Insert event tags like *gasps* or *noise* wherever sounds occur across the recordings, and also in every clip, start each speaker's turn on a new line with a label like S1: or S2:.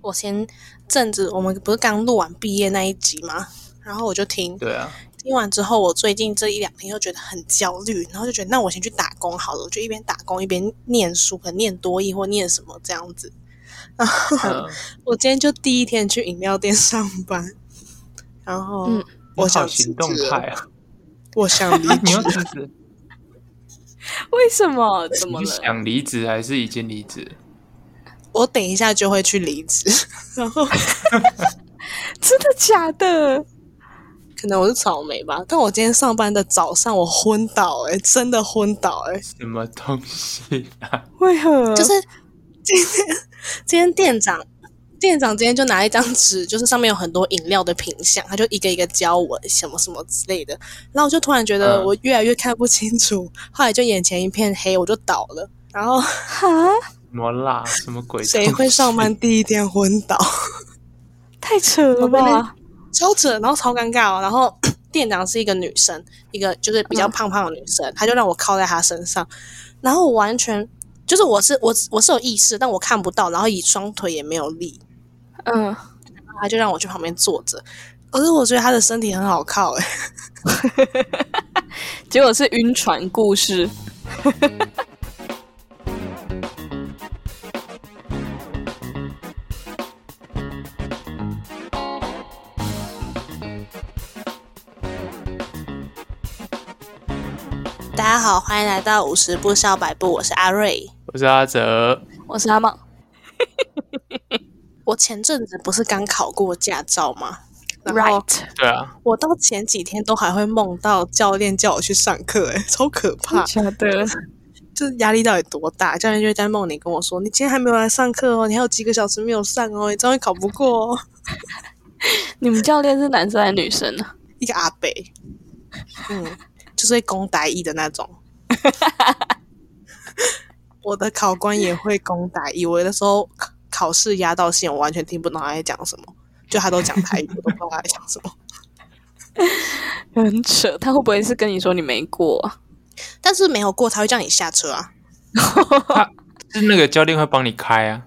S1: 我前阵子我们不是刚录完毕业那一集吗？然后我就听，*laughs*
S2: 对啊，
S1: 听完之后，我最近这一两天又觉得很焦虑，然后就觉得那我先去打工好了，我就一边打工一边念书，可能念多译或念什么这样子。然后、
S2: 嗯，
S1: 我今天就第一天去饮料店上班， *laughs* 然后
S3: 嗯
S1: 我
S2: 你好
S1: 想辞
S2: 行动
S1: 职了
S2: 派
S1: *laughs*
S2: 啊！
S1: 我想离 *laughs*
S2: 你
S1: 职
S2: 要，辞 *laughs* 职？
S3: 为什 *laughs* 么？怎么
S2: 你是
S3: 了？
S2: 想离职还是已经离职？
S1: 我等一下就会去离职， *laughs* 然后
S3: 真的假的？
S1: 可能我是草莓吧，但我今天上班的早上我昏倒、欸，真的昏倒、欸，
S2: 什么东西啊？
S3: 为何？
S1: 就是今天 *laughs* 今天店长店长今天就拿一张纸，就是上面有很多饮料的品相，他就一个一个教我什么什么之类的。然后我就突然觉得
S2: 嗯
S1: 我越来越看不清楚，后来就眼前一片黑，我就倒了。然后
S3: 哈，
S2: 什么啦？什么鬼？
S1: 谁会上班？第一天昏倒？
S3: 太扯了吧！
S1: 超扯，然后超尴尬哦。然后 *clears throat* 店长是一个女生，一个就是比较胖胖的女生，她就让我靠在她身上，然后我完全就是我是我我是有意识，但我看不到，然后以双腿也没有力，
S3: 嗯，
S1: 他就让我去旁边坐着。可是我觉得他的身体很好靠、欸， *laughs*
S3: 结果是晕船故事。
S1: 大家好，欢迎来到五十步笑百步，我是阿瑞。
S2: 我是阿哲，
S3: 我是阿茂，
S1: 我前阵子不是刚考过驾照吗？然后
S3: right？
S2: 对啊，
S1: 我到前几天都还会梦到教练叫我去上课、欸，超可怕！
S3: 假的？
S1: 就是压力到底多大？教练就会在梦里跟我说：“你今天还没有来上课哦，你还有几个小时没有上哦，你这样会考不过哦。
S3: 你们教练是男生还是女生呢？”
S1: 一个阿北，嗯，就是会攻打一的那 *laughs* 种。我的考官也会攻打一，我那时候考考试压到线，我完全听不懂他在讲什么，就他都讲台语，我都不知道他在讲什么。
S3: 很扯，他会不会是跟你说你没过啊？
S1: *laughs* 但是没有过，他会叫你下车啊。
S2: 是那个教练会帮你开啊。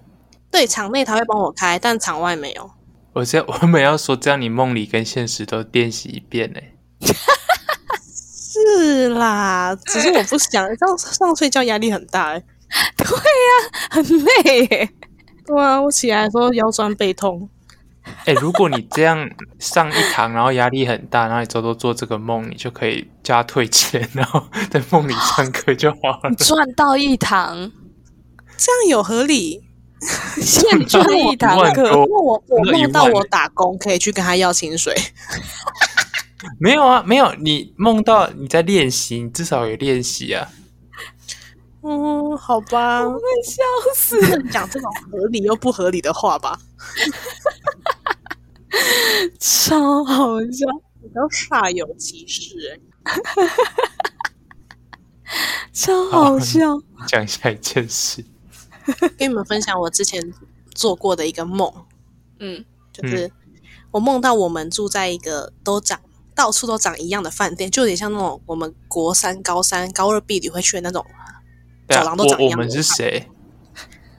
S1: 对，场内他会帮我开，但场外没有。
S2: 我这 *laughs* 我们要说，这样你梦里跟现实都练习一遍呢、
S1: 是 *laughs* 啦，只是我不想，这样上睡觉压力很大、欸。
S3: 很累耶，
S1: 对啊，我起来的时候腰酸背痛。
S2: 哎、如果你这样上一堂，然后压力很大，然后你周周做这个梦，你就可以加退钱，然后在梦里上课就好了 *laughs*
S3: 你。赚到一堂，
S1: 这样有合理？
S3: *laughs* 现赚一堂
S2: 一万
S3: 课
S1: 因
S2: 多
S1: 为我我
S2: 哦那一
S1: 梦到
S2: 万
S1: 我打工可以去跟他要薪水，
S2: 没有啊，没有，你梦到你在练习，你至少有练习啊。
S1: 嗯，好吧，
S3: 会笑死。
S1: 不能 *laughs* 讲这种合理又不合理的话吧？
S3: 超好笑，
S1: 你都煞有其事、
S3: 超好笑！
S2: 讲一下一
S1: *laughs*
S2: 件事，
S1: 欸。跟你们分享我之前做过的一个梦，
S3: 嗯，
S1: 就是我梦到我们住在一个都长到处都长一样的饭店，就有点像那种我们国三、高三、高二毕旅会去的那种。
S2: 对
S1: 走
S2: 啊，
S1: 廊都长一
S2: 我
S1: 样
S2: 我们是谁？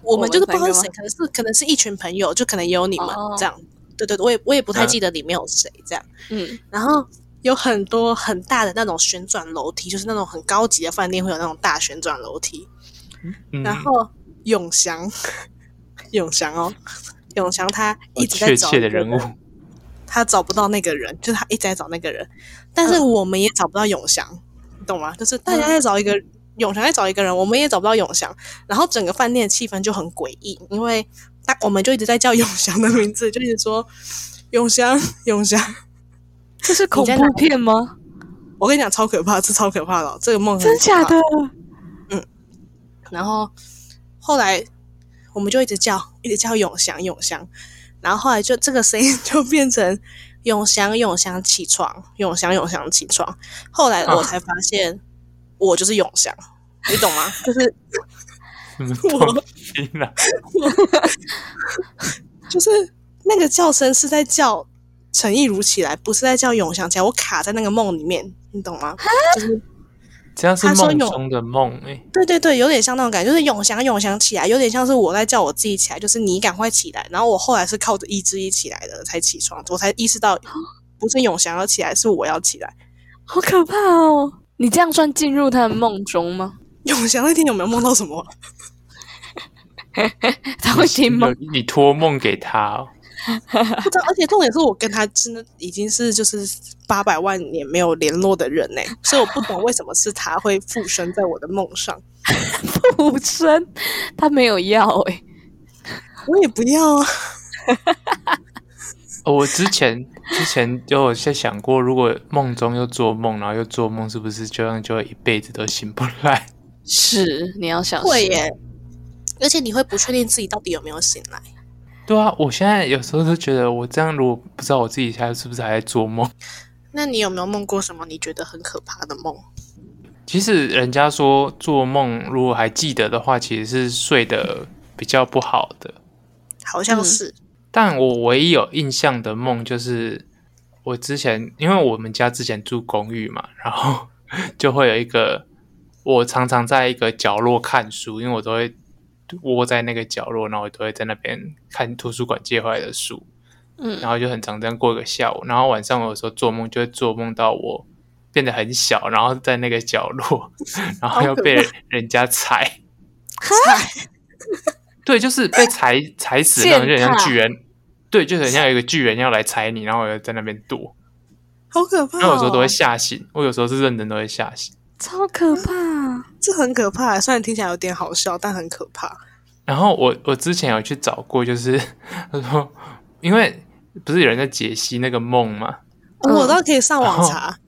S1: 我们就是不知道
S3: 我们
S1: 是
S3: 三
S1: 谁，可能是可能是一群朋友，就可能也有你们、
S3: 哦
S1: 这样。对对对，我也我也不太
S2: 嗯
S1: 记得里面有谁这样。
S3: 嗯，
S1: 然后有很多很大的那种旋转楼梯，就是那种很高级的饭店会有那种大旋转楼梯。
S2: 嗯，
S1: 然后永祥，永祥哦，永祥他
S2: 我
S1: 一直在
S2: 哦确
S1: 找
S2: 切的
S1: 那个 *laughs*
S2: 人物，
S1: 他找不到那个人，就是他一直在找那个人，但是
S2: 嗯
S1: 我们也找不到永祥，你懂吗？就是大家在找一个、
S2: 嗯
S1: 永祥，在找一个人，我们也找不到永祥，然后整个饭店的气氛就很诡异，因为大我们就一直在叫永祥的名字，就一直说永祥，永祥。
S3: 这是恐怖片吗？
S1: 我跟你讲，超可怕，这超可怕的哦、这个梦很
S3: 真
S1: 可怕
S3: 假的？
S1: 然后后来我们就一直叫，一直叫永祥永祥，然后后来就这个声音就变成永祥永祥起床，永祥永祥起床。后来我才发现我就是永祥，你懂吗？就是
S2: 什么东西啦？
S1: *laughs* 就是那个叫声是在叫陈亦如起来，不是在叫永祥起来。我卡在那个梦里面，你懂吗？就是
S2: 这样是
S1: 他说
S2: 梦
S1: 有
S2: 中的梦哎、
S1: *laughs* 对对对，有点像那种感觉，就是永祥永祥起来，有点像是我在叫我自己起来，就是你赶快起来。然后我后来是靠着意志力起来的，才起床，我才意识 *gasps* 到不是永祥要起来，是我要起来。
S3: 好可怕哦！你这样算进入他的梦中 *laughs* 吗？
S1: 永祥那天有没有梦到什 *laughs* 么啊？
S3: 他会听吗？
S2: 你你托梦给他、哦，
S1: 不知道，而且重点是我跟他真的已经是就是八百万年没有联络的人呢、所以我不懂为什么是他会附身在我的梦上，
S3: 附身，他没有要哎、
S1: 我也不要啊。
S2: 哦，我之前之前就有在想过，如果梦中又做梦，然后又做梦，是不是就让就会一辈子都醒不来？ *laughs*
S3: 是你要
S1: *laughs*
S3: 想
S1: 会
S3: 是
S1: 耶， *laughs* 而且你会不确定自己到底有没有醒来。
S2: 对啊，我现在有时候都觉得，我这样如果不知道我自己现在是不是还在做梦。
S1: 那你有没有梦过什么你觉得很可怕的梦？
S2: 其实人家说做梦如果还记得的话，其实是睡得比较不好的。
S1: 好像
S3: 嗯
S1: 是，
S2: 但我唯一有印象的梦就是我之前，因为我们家之前住公寓嘛，然后 *laughs* 就会有一个我常常在一个角落看书，因为我都会窝在那个角落，然后我都会在那边看图书馆借回来的书，
S3: 嗯
S2: 然后就很常这样过一个下午。然后晚上我有时候做梦就会做梦到我变得很小，然后在那个角落， *laughs* 然后又被人家踩。对，就是被踩踩死那种，就很像
S3: 践踏
S2: 巨人。对，就很像有一个巨人要来踩你，然后我就在那边躲。
S1: 好可怕、哦！
S2: 那有时候都会吓醒，我有时候是认真都会吓醒。
S3: 超可怕。
S1: 这很可怕，欸虽然听起来有点好笑，但很可怕。
S2: 然后我我之前有去找过，就是 *laughs* 他说，因为不是有人在解析那个梦嘛，
S3: 嗯
S1: 哦我倒可以上网查，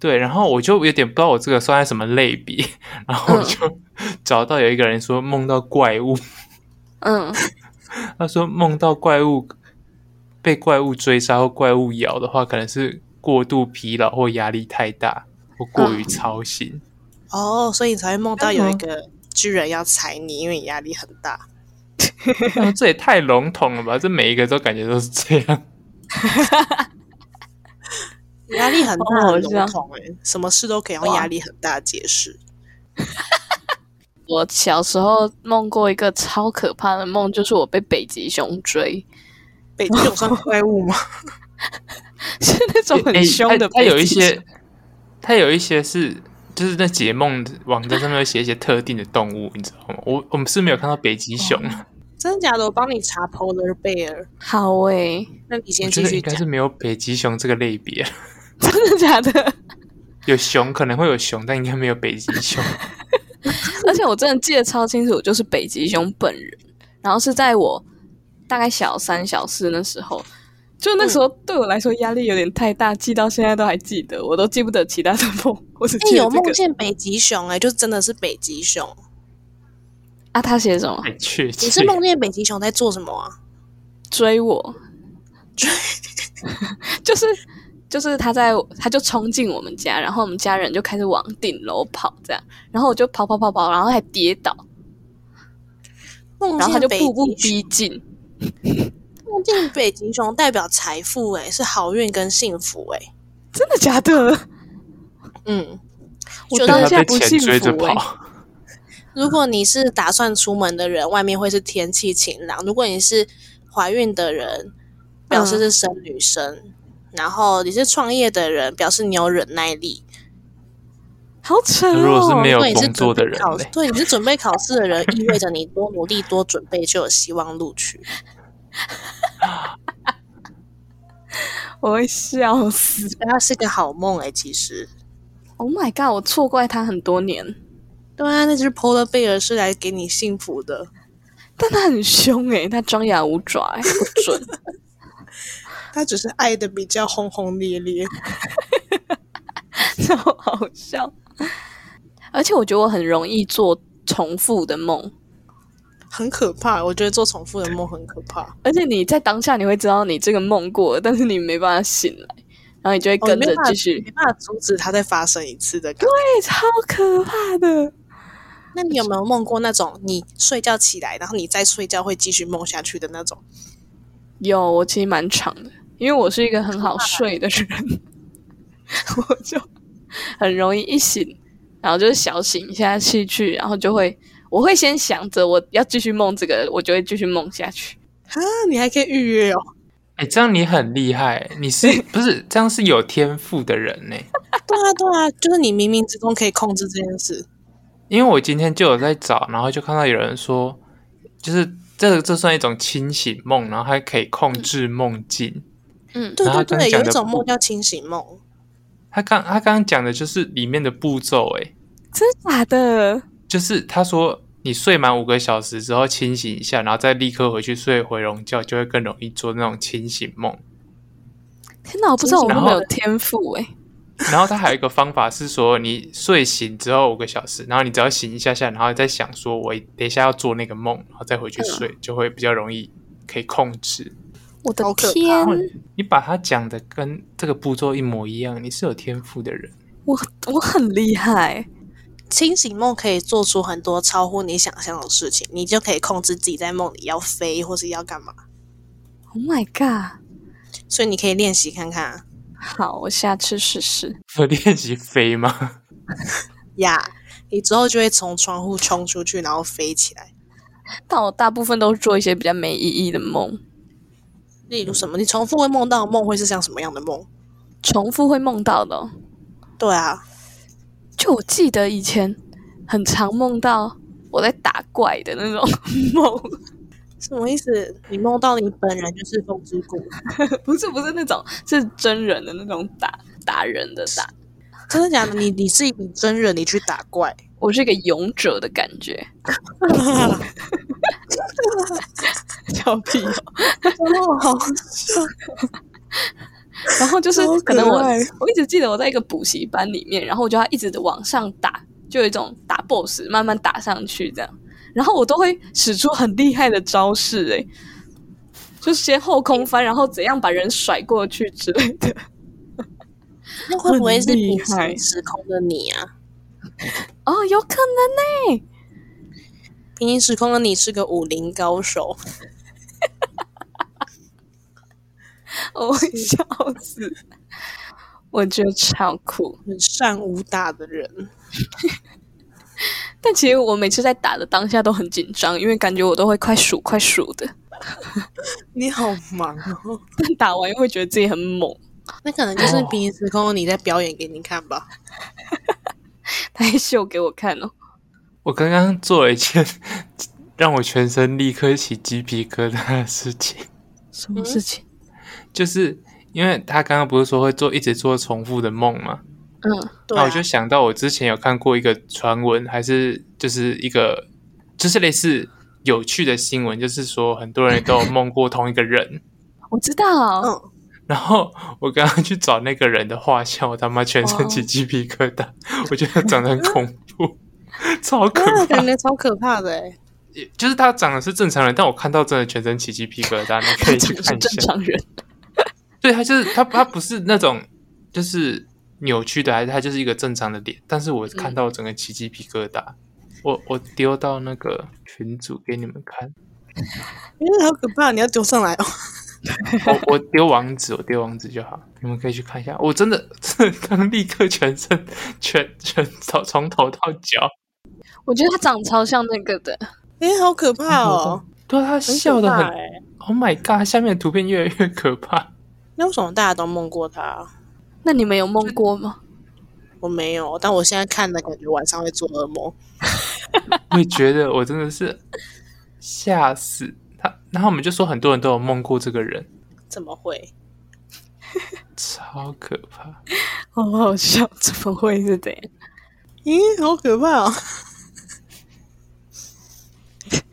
S2: 对，然后我就有点不知道我这个算在什么类比，然后我就 *laughs* 找到有一个人说梦到怪物，
S3: 嗯，
S2: 他说梦到怪物被怪物追杀或怪物咬的话，可能是过度疲劳或压力太大或过于操心。
S1: 哦，所以你才会梦到有一
S3: 嗯
S1: 个巨人要踩你，因为你压力很大。
S2: 啊这也太笼统了吧？这每一个都感觉都是这样。
S1: 压力很大
S3: 好好
S1: 很
S3: 笑
S1: 笼统哎，什么事都可以用压力很大解释。
S3: 我小时候梦过一个超可怕的梦，就是我被北极熊追，
S1: 被 *laughs* 这种算怪物吗？
S3: 是那种
S2: 诶
S3: 很凶的
S2: 它它
S3: 北极熊。
S2: 有一些，它有一些是就是那解梦网站上面会写一些特定的动物，你知道吗？我我们是没有看到北极熊，
S1: *laughs* 真的假的？我帮你查 polar bear，
S3: 好欸诶、
S1: 那你
S2: 我
S1: 先继
S2: 觉得
S1: 续
S2: 应该
S1: 讲。
S2: 是没有北极熊这个类别。
S3: 真的假的？
S2: 有熊可能会有熊，但应该没有北极熊。
S3: *laughs* 而且我真的记得超清楚，就是北极熊本人，然后是在我大概小三、小四那时候，就那时候对我来说压力有点太大，记到现在都还记得，我都记不得其他的梦，我只
S1: 哎、
S3: 记
S1: 有
S3: 得这
S1: 梦
S3: 个。
S1: 见北极熊哎、就真的是北极熊。
S3: 啊，他写什么？
S2: 太确切，
S1: 你是梦见北极熊在做什么啊？
S3: 追我，追， *laughs* 就是就是他在他就冲进我们家，然后我们家人就开始往顶楼跑，这样，然后我就跑跑跑跑，然后还跌倒，
S1: 梦
S3: 然后他
S1: 见
S3: 就
S1: 北极
S3: 步步
S1: 熊，
S3: 逼近，
S1: 梦见北极熊代表财富哎、是好运跟幸福哎、
S3: 真的假的？
S1: 嗯，
S3: 我
S1: 就
S3: 当
S2: 它
S1: 是
S3: 下
S2: 被
S3: 不
S2: 钱
S3: 幸
S2: 追着
S3: 福欸
S2: 跑。
S1: 如果你是打算出门的人，外面会是天气晴朗；如果你是怀孕的人，表示是生女生；然后你是创业的人，表示你有忍耐力。
S3: 好扯哦！
S2: 如果是没
S1: 如
S2: 有
S1: 果你是
S2: 工作的
S1: 准备
S2: 人
S1: 考
S2: 嘞，
S1: 对，你是准备考试的人，意味着你多努力、多准备就有希望录取。
S3: 我会笑死
S1: 它是个好梦哎、其实。
S3: ！Oh my god，我错怪他很多年，
S1: 对啊，那只 polar bear 是来给你幸福的。
S3: 但他很凶诶、他张牙舞爪、欸，不准。 *laughs*
S1: 它只是爱的比较轰轰烈烈。
S3: 超好笑。而且我觉得我很容易做重复的梦，
S1: 很可怕，我觉得做重复的梦很可怕。
S3: 而且你在当下你会知道你这个梦过了，但是你没办法醒来，然后你就会
S1: 哦
S3: 跟
S1: 没
S3: 着
S1: 办法
S3: 继续。
S1: 没办法阻止它再发生一次的感觉。
S3: 对，超可怕的。
S1: 那你有没有梦过那种你睡觉起来，然后你再睡觉会继续梦下去的那种？
S3: 有，我其实蛮长的，因为我是一个 *laughs* 很好睡的人，我就很容易一醒，然后就是小醒一下气去，然后就会我会先想着我要继续梦这个，我就会继续梦下去。
S1: 啊，你还可以预约哦。
S2: 哎、这样你很厉害，你是不是这样是有天赋的人呢、
S1: 对啊，对啊，就是你冥冥之中可以控制这件事。
S2: 因为我今天就有在找，然后就看到有人说，就是这个这算一种清醒梦，然后还可以控制梦境。
S3: 嗯，
S1: 对
S2: 然后
S1: 对
S2: 啊他刚才
S1: 对，有
S2: 讲
S1: 一
S2: 的
S1: 种梦
S2: 不
S1: 叫清醒梦，
S2: 他刚他刚刚讲的就是里面的步骤，哎，
S3: 真假的？
S2: 就是他说你睡满五个小时之后清醒一下，然后再立刻回去睡回笼觉，就会更容易做那种清醒梦。
S3: 天哪，我不知道我
S2: 然
S3: 那
S2: 后
S3: 么有天赋哎、
S2: 然后他还有一个方法是说，你睡醒之后五个小时，然后你只要醒一下下，然后再想说我等一下要做那个梦，然后再回去睡，就会比较容易可以控制。
S3: 我的
S1: 好可怕
S3: 天，
S2: 你把它讲的跟这个步骤一模一样，你是有天赋的人。
S3: 我我很厉害。
S1: 清醒梦可以做出很多超乎你想象的事情，你就可以控制自己在梦里要飞或是要干嘛，
S3: Oh my god！
S1: 所以你可以练习看看啊
S3: 好，我下次试试。
S2: 有练习飞吗？ *laughs*
S1: 呀。你之后就会从窗户冲出去，然后飞起来。
S3: 但我大部分都是做一些比较没意义的梦，
S1: 例如什么？你重复会梦到的梦会是像什么样的梦？
S3: 重复会梦到的哦、
S1: 对啊，
S3: 就我记得以前很常梦到我在打怪的那种 *laughs* 梦，
S1: 什么意思？你梦到你本人就是风之谷，
S3: 不是不是那种，是真人的那种打打人的打。
S1: 真的假的？你你是你真人，你去打怪，
S3: 我是一个勇者的感觉， *laughs* 小屁哦、
S1: 哦，好
S3: 然后就是
S1: 好可
S3: 可能我
S1: 爱
S3: 我一直记得我在一个补习班里面，然后我就要一直的往上打，就有一种打 BOSS 慢慢打上去这样。然后我都会使出很厉害的招式、欸，诶，就是先后空翻，然后怎样把人甩过去之类的。 *laughs*
S1: 那会不会是
S3: 很厉
S1: 平
S3: 害
S1: 行时空的你啊？
S3: 哦，有可能呢、
S1: 平行时空的你是个武林高手，
S3: 啊 *laughs* 我会笑死。我觉得超酷，
S1: 很善武打的人。
S3: 但其实我每次在打的当下都很紧张，因为感觉我都会快数快数的， *laughs*
S1: 你好忙哦，
S3: 但打完又会觉得自己很猛，
S1: *laughs* 那可能就是
S2: 哦
S1: 平行时空的你在表演给你看吧。
S3: 他还秀给我看哦。
S2: 我刚刚做了一件让我全身立刻起鸡皮疙瘩的事情，
S3: 什么事情？
S2: 就是因为他刚刚不是说会做一直做重复的梦吗？
S3: 嗯，
S1: 对
S2: 那
S1: 啊、
S2: 我就想到我之前有看过一个传闻，还是就是一个就是类似有趣的新闻，就是说很多人都有梦过同一个人。 *laughs*
S3: 我知道，
S1: 嗯，
S2: 然后我刚刚去找那个人的画像，我他妈全身起鸡皮疙瘩，我觉得长得很恐怖，超可
S1: 啊，
S2: 怕
S1: 感。觉超可怕的 *laughs* 哎。
S2: 就是他长得是正常人，但我看到真的全身起鸡皮疙瘩，你可
S3: 他
S2: 以去
S3: 长 *laughs* 得是
S2: 看一
S3: 正
S2: 下。
S3: 常人，
S2: 对他就是他，他不是那种就是扭曲的，还是他就是一个正常的脸。但是我看到整个起鸡皮疙瘩，我我丢到那个群组给你们看，
S1: 因为好可怕，你要丢上来哦。
S2: 我我丢网址，我丢网址就好，你们可以去看一下。我真的 *laughs* 真的刚立刻全身全全头从头到脚，
S3: 我觉得他长得超像那个的，
S1: 哎、好可怕哦，
S2: 对啊他
S1: 很可
S2: 笑的
S1: 怕
S2: 很
S1: 欸
S2: ，Oh my god！下面的图片越来越可怕。
S1: 那为什么大家都梦过他？
S3: 那你们有梦过吗？
S1: 我没有，但我现在看的感觉晚上会做噩梦。
S2: 我也觉得我真的是吓死他，然后我们就说很多人都有梦过这个人，
S1: 怎么会？
S2: 超可怕。
S3: 好哦好笑，怎么会是这样？
S1: 咦，好可怕 *laughs* 哦！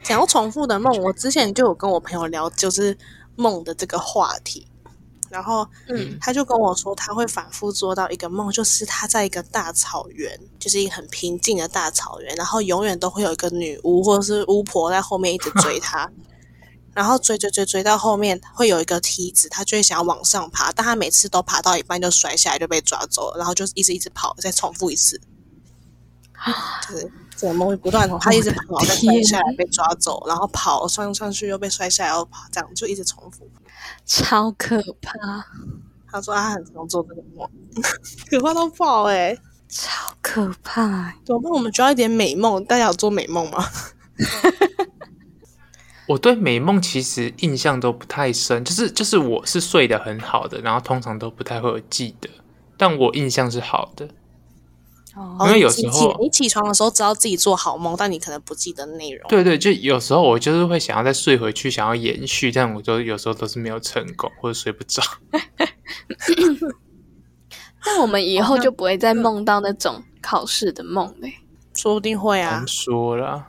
S1: 想要重复的梦，我之前就有跟我朋友聊，就是梦的这个话题，然后
S2: 嗯
S1: 他就跟我说，他会反复做到一个梦，就是他在一个大草原，就是一个很平静的大草原，然后永远都会有一个女巫或者是巫婆在后面一直追他，然后追追追追到后面会有一个梯子，他就会想要往上爬，但他每次都爬到一半就摔下来就被抓走了，然后就一直一直跑，再重复一次，就是这个梦会不断地，他一直跑再摔下来被抓走，然后跑上上去又被摔下来又跑，这样就一直重复。
S3: 超可怕！
S1: 他说他很常做这个梦，可怕到爆哎、
S3: 超可怕、欸。
S1: 怎么办？我们需要一点美梦，大家有做美梦吗？
S2: 我对美梦其实印象都不太深，就是就是我是睡得很好的，然后通常都不太会有记得，但我印象是好的。
S3: 哦
S2: 因为有
S1: 你起
S2: 时候
S1: 你起床的时候知道自己做好梦，但你可能不记得内容。
S2: 对对，就有时候我就是会想要再睡回去，想要延续，但我就有时候都是没有成功，或者睡不着。
S3: 那我们以后就不会再梦到那种考试的梦嘞、
S1: 说不定会啊
S2: 难，说啦，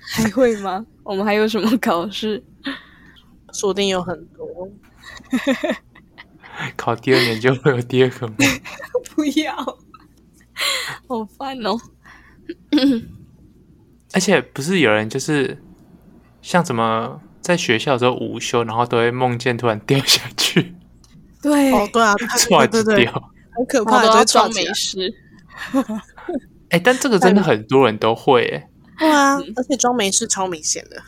S3: 还会吗？我们还有什么考试？
S1: 说不定有很多。
S2: 考第二年就会有第二
S1: *laughs*
S2: 个梦。
S3: 不要，好烦哦。
S2: 而且不是有人就是像什么在学校的时候午休，然后都会梦见突然掉下去，
S3: 对
S1: 哦，对
S2: *laughs*
S1: 啊，对
S2: 唰
S1: 啊对
S2: 哎就
S1: 对，对
S2: 掉。
S1: 很可
S3: 我怕
S1: 怕，
S3: 都
S1: 都
S2: 啊
S3: 要
S1: 会
S3: 装
S1: 撞起
S3: 没
S1: 来
S3: 事。
S2: 哎、但这个真的很多人都会、欸，
S1: 对啊，而且装没事超明显的。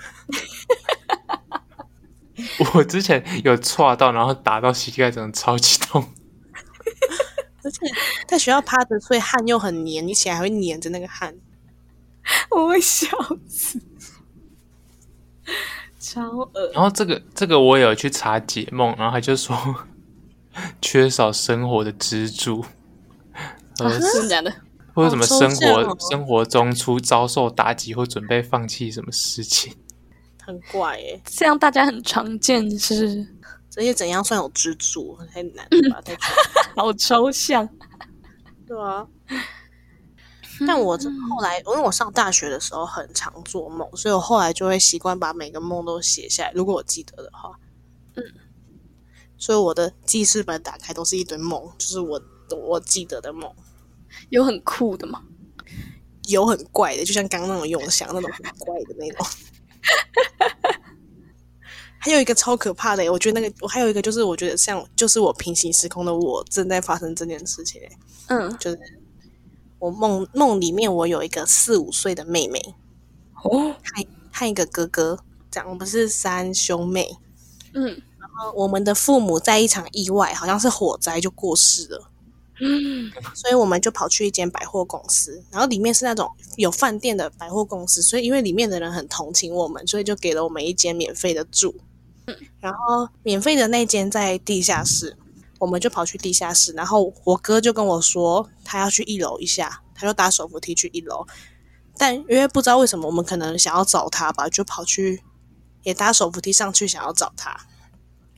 S2: *laughs* 我之前有踹到，然后打到膝盖，真的超级痛。
S1: 而且在学校趴着，所以汗又很黏，你起来还会黏着那个汗。
S3: 我会笑死，超
S2: *laughs*
S3: 恶。
S2: 然后这个这个我有去查解梦，然后他就说 *laughs* 缺少生活的支柱，呃，
S3: 真的假的？
S2: 或者什么
S1: 啊好抽
S2: 生
S1: 象
S2: 活、
S1: 哦
S2: 生活中出遭受打击或准备放弃什么事情，
S1: 很怪耶、
S3: 这样大家很常见是，
S1: 这些怎样算有支柱？很难吧？太
S3: 好抽象。
S1: 对啊。但我这后来，因为我上大学的时候很常做梦，所以我后来就会习惯把每个梦都写下来，如果我记得的话。嗯。所以我的记事本打开都是一堆梦，就是我我记得的梦，
S3: 有很酷的吗？
S1: 有很怪的，就像刚刚那种永祥那种很怪的那种。 *laughs* 还有一个超可怕的、欸我觉得那个我还有一个就是我觉得像就是我平行时空的我正在发生这件事情、欸
S3: 嗯，
S1: 就是我梦梦里面我有一个四五岁的妹妹
S3: 哦，
S1: 和和一个哥哥，这样我们是三兄妹。
S3: 嗯
S1: 呃我们的父母在一场意外，好像是火灾就过世了，
S3: 嗯，
S1: 所以我们就跑去一间百货公司，然后里面是那种有饭店的百货公司，所以因为里面的人很同情我们，所以就给了我们一间免费的住。然后免费的那间在地下室，我们就跑去地下室，然后我哥就跟我说他要去一楼一下，他就搭手扶梯去一楼，但因为不知道为什么，我们可能想要找他吧，就跑去也搭手扶梯上去想要找他，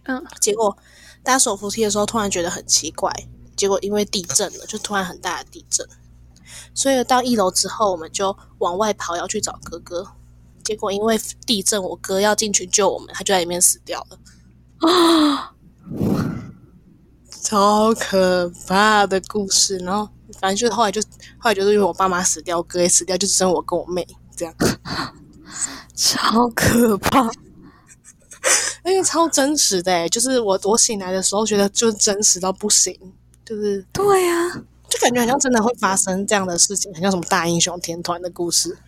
S3: 嗯，
S1: 结果搭手扶梯的时候突然觉得很奇怪，结果因为地震了，就突然很大的地震，所以到一楼之后，我们就往外跑要去找哥哥。结果因为地震，我哥要进去救我们，他就在里面死掉了。超可怕的故事。然后反正就是后来就后来就是因为我爸妈死掉，我哥也死掉，就只剩我跟我妹这样。
S3: 超可怕。
S1: 那个哎超真实的、欸，就是我我醒来的时候觉得就真实到不行，就是
S3: 对啊，
S1: 就感觉好像真的会发生这样的事情，很像什么大英雄天团的故事。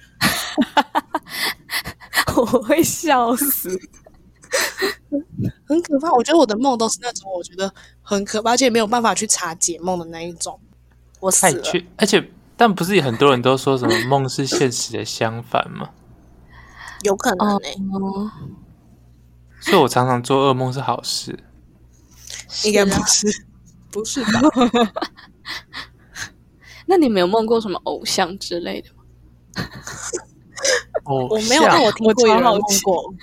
S3: *laughs* 我会笑死。
S1: 很可怕。我觉得我的梦都是那种我觉得很可怕，而且没有办法去查解梦的那一种。我死
S2: 太
S1: 了，
S2: 缺，而且但不是也很多人都说什么梦是现实的相反吗？
S1: 有可能
S3: 哦
S1: 呢、欸。
S2: 所以我常常做噩梦是好事。
S1: 应该不
S3: 是啊
S1: 是，不是吧？
S3: 那你们有梦过什么偶像之类的吗？
S2: 哦，
S1: *laughs* 我没有，
S2: 吓
S1: 但啊我听
S3: 我
S1: 过有
S3: 超
S1: 人
S3: 好
S1: 梦
S3: 奇
S1: 过，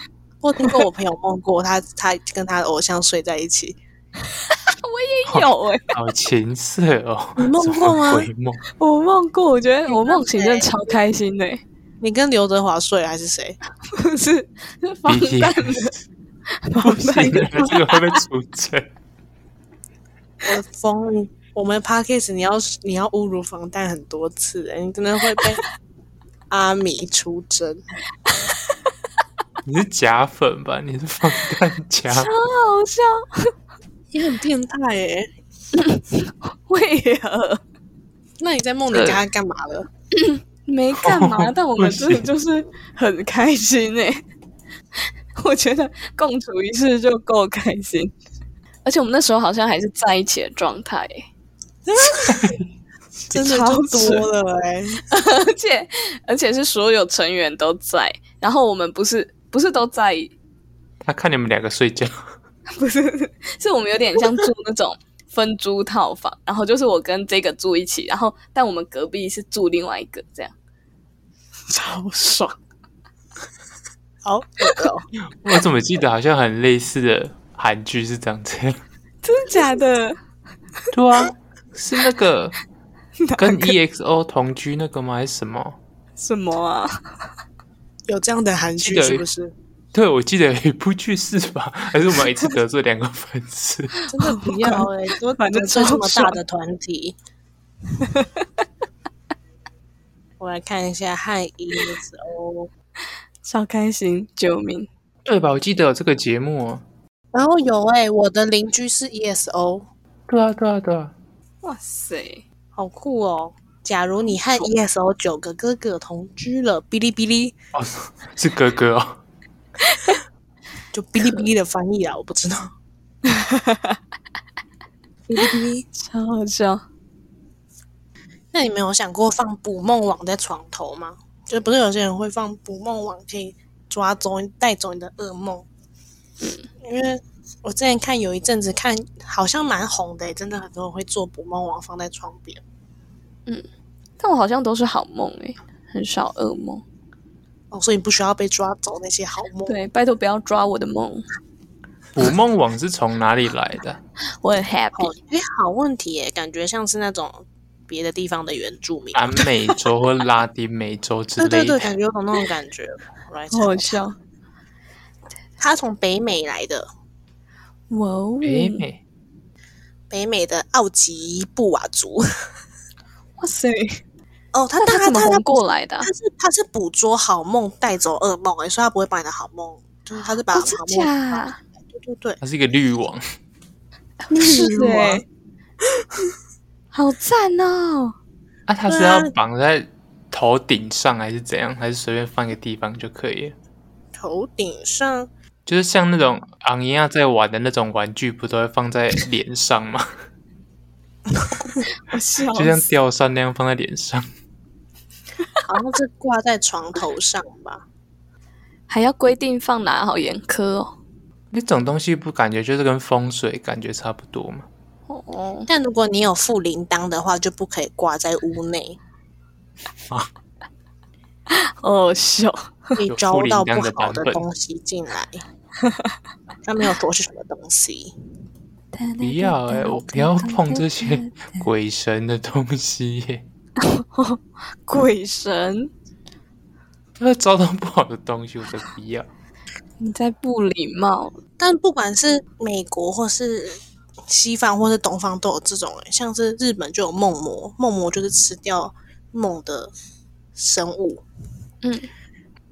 S1: 我听过我朋友梦过，他他跟他的偶像睡在一起。
S3: 我也有哎、
S2: 好情色哦！
S1: 你梦
S2: 什
S1: 过
S2: 么
S1: 吗
S2: 鬼梦？
S3: 我梦过，我觉得我梦醒真的超开心的、欸， *laughs*
S1: 你跟刘德华睡还是谁？
S3: 不是是防
S2: 毕竟 *laughs*
S3: 弹的，
S2: 不
S3: 防弹
S2: 行，
S3: 的
S2: *laughs* 这个会被处罪。
S1: 我疯了！我们 p a d k a s 你要你要侮辱防弹很多次、欸，你真的会被 *laughs* 阿米出征。
S2: 你是假粉吧？你是防弹假粉？
S3: 好笑，
S1: 你很变态哎、
S3: 为何？
S1: 那你在梦里跟他干嘛了？
S3: 没干 *laughs* 嘛，但我们真
S2: 不
S3: 的
S2: 行
S3: 就是很开心哎、 *laughs* 我觉得共处一室就够开心，而且我们那时候好像还是在一起的状态欸、
S1: 真的就多了哎、
S3: 而且而且是所有成员都在，然后我们不是不是都在，
S2: 他看你们两个
S1: *laughs*
S2: 睡觉，
S3: 不是是我们有点像住那种分租套房，然后就是我跟这个住一起，然后但我们隔壁是住另外一个这样。
S1: 超爽。好恶哦，
S2: 我怎么记得好像很类似的韩剧是长这样？
S3: 真的假的？
S2: 对啊，是那
S1: *laughs*
S2: 个跟 EXO 同居那个吗？还是什么？
S3: 什么啊？ *laughs*
S1: 有这样的韩
S2: 记
S1: 剧
S2: 得
S1: 是不是？
S2: 对，我记得有一部剧是吧？ *laughs* 还是我们一次得罪两个粉丝？
S1: 真的不要 *laughs* 哎、都
S3: 反正
S1: 得罪这么
S3: 超
S1: 大
S3: 爽
S1: 的团体。 *laughs* 我来看一下汉 EXO，
S3: 少开心，救命！
S2: 对吧？我记得有这个节目、哦。
S1: 然后有哎、我的邻居是 E ESO，
S2: 对啊，对啊，对啊。
S3: 哇塞，
S1: 好酷哦！假如你和 ESO 九个哥哥同居了，哔哩哔哩
S2: 哦， *laughs* 是哥哥哦。
S1: 就哔哩哔哩的翻译啊，我不知道。 *laughs* 哔哩哔哩，
S3: 超好笑！
S1: 那你们有想过放捕梦网在床头吗？就不是有些人会放捕梦网，可以抓走你带走你的噩梦。嗯，因为我之前看有一阵子看，好像蛮红的欸，真的很多人会做捕梦网放在床边。
S3: 但我好像都是好梦诶、很少噩梦。
S1: 哦，所以你不需要被抓走那些好梦。
S3: 对，拜托不要抓我的梦，
S2: 捕梦网是从哪里来的？
S3: 我很 happy
S1: 好。，哎，好问题耶，感觉像是那种别的地方的原住民。
S2: 南美洲或拉丁美洲之
S1: 啊对对
S2: 类
S1: 对，
S2: 的。
S1: 感觉有种那种感觉。我来查
S3: 好好笑！
S1: 他从北美来的，
S3: 哇哦，
S2: 北
S1: 嗯
S2: 美
S1: 北美的奥吉布瓦族。
S3: 哇塞，
S1: 哦，他
S3: 那
S1: 但
S3: 他怎么
S1: 他
S3: 红过来的啊
S1: 他？是他是捕捉好梦带走噩梦、欸，所以他不会把你的好梦，就是他是把
S3: 哦
S1: 好
S3: 真
S1: 梦，
S3: 假？
S1: 对对对，
S2: 它是一个滤网，
S3: 是
S1: 例如啊
S3: 哎，好赞哦！
S2: 啊，它是
S1: 对啊
S2: 要绑在头顶上还是怎样？还是随便放一个地方就可以了？
S1: 头顶上
S2: 就是像那种昂尼亚在玩的那种玩具，不都会放在脸上吗？
S1: *laughs*
S3: 我笑
S2: 就像吊扇那样放在脸上。
S1: 好像是挂在床头上吧，
S3: 还要规定放哪，好严苛哦。
S2: 那种东西不感觉就是跟风水感觉差不多吗？
S3: 哦，
S1: 但如果你有附铃铛的话，就不可以挂在屋内，
S3: 哦笑，
S1: 你
S2: 有附
S1: 招到
S2: 铃铛
S1: 不
S2: 的
S1: 好
S2: 版
S1: 的
S2: 本
S1: 东西进
S3: *laughs*
S1: 来。他没有说是什么东西，
S2: 不要哎、
S1: 啊
S2: 我不要碰这些鬼神的东西耶、 *laughs*
S3: 鬼神，
S2: 它会招到不好的东西，我才不要。
S3: 你在不礼貌。
S1: 但不管是美国或是西方或是东方都有这种、欸，像是日本就有梦魔，梦魔就是吃掉梦的生物，
S3: 嗯，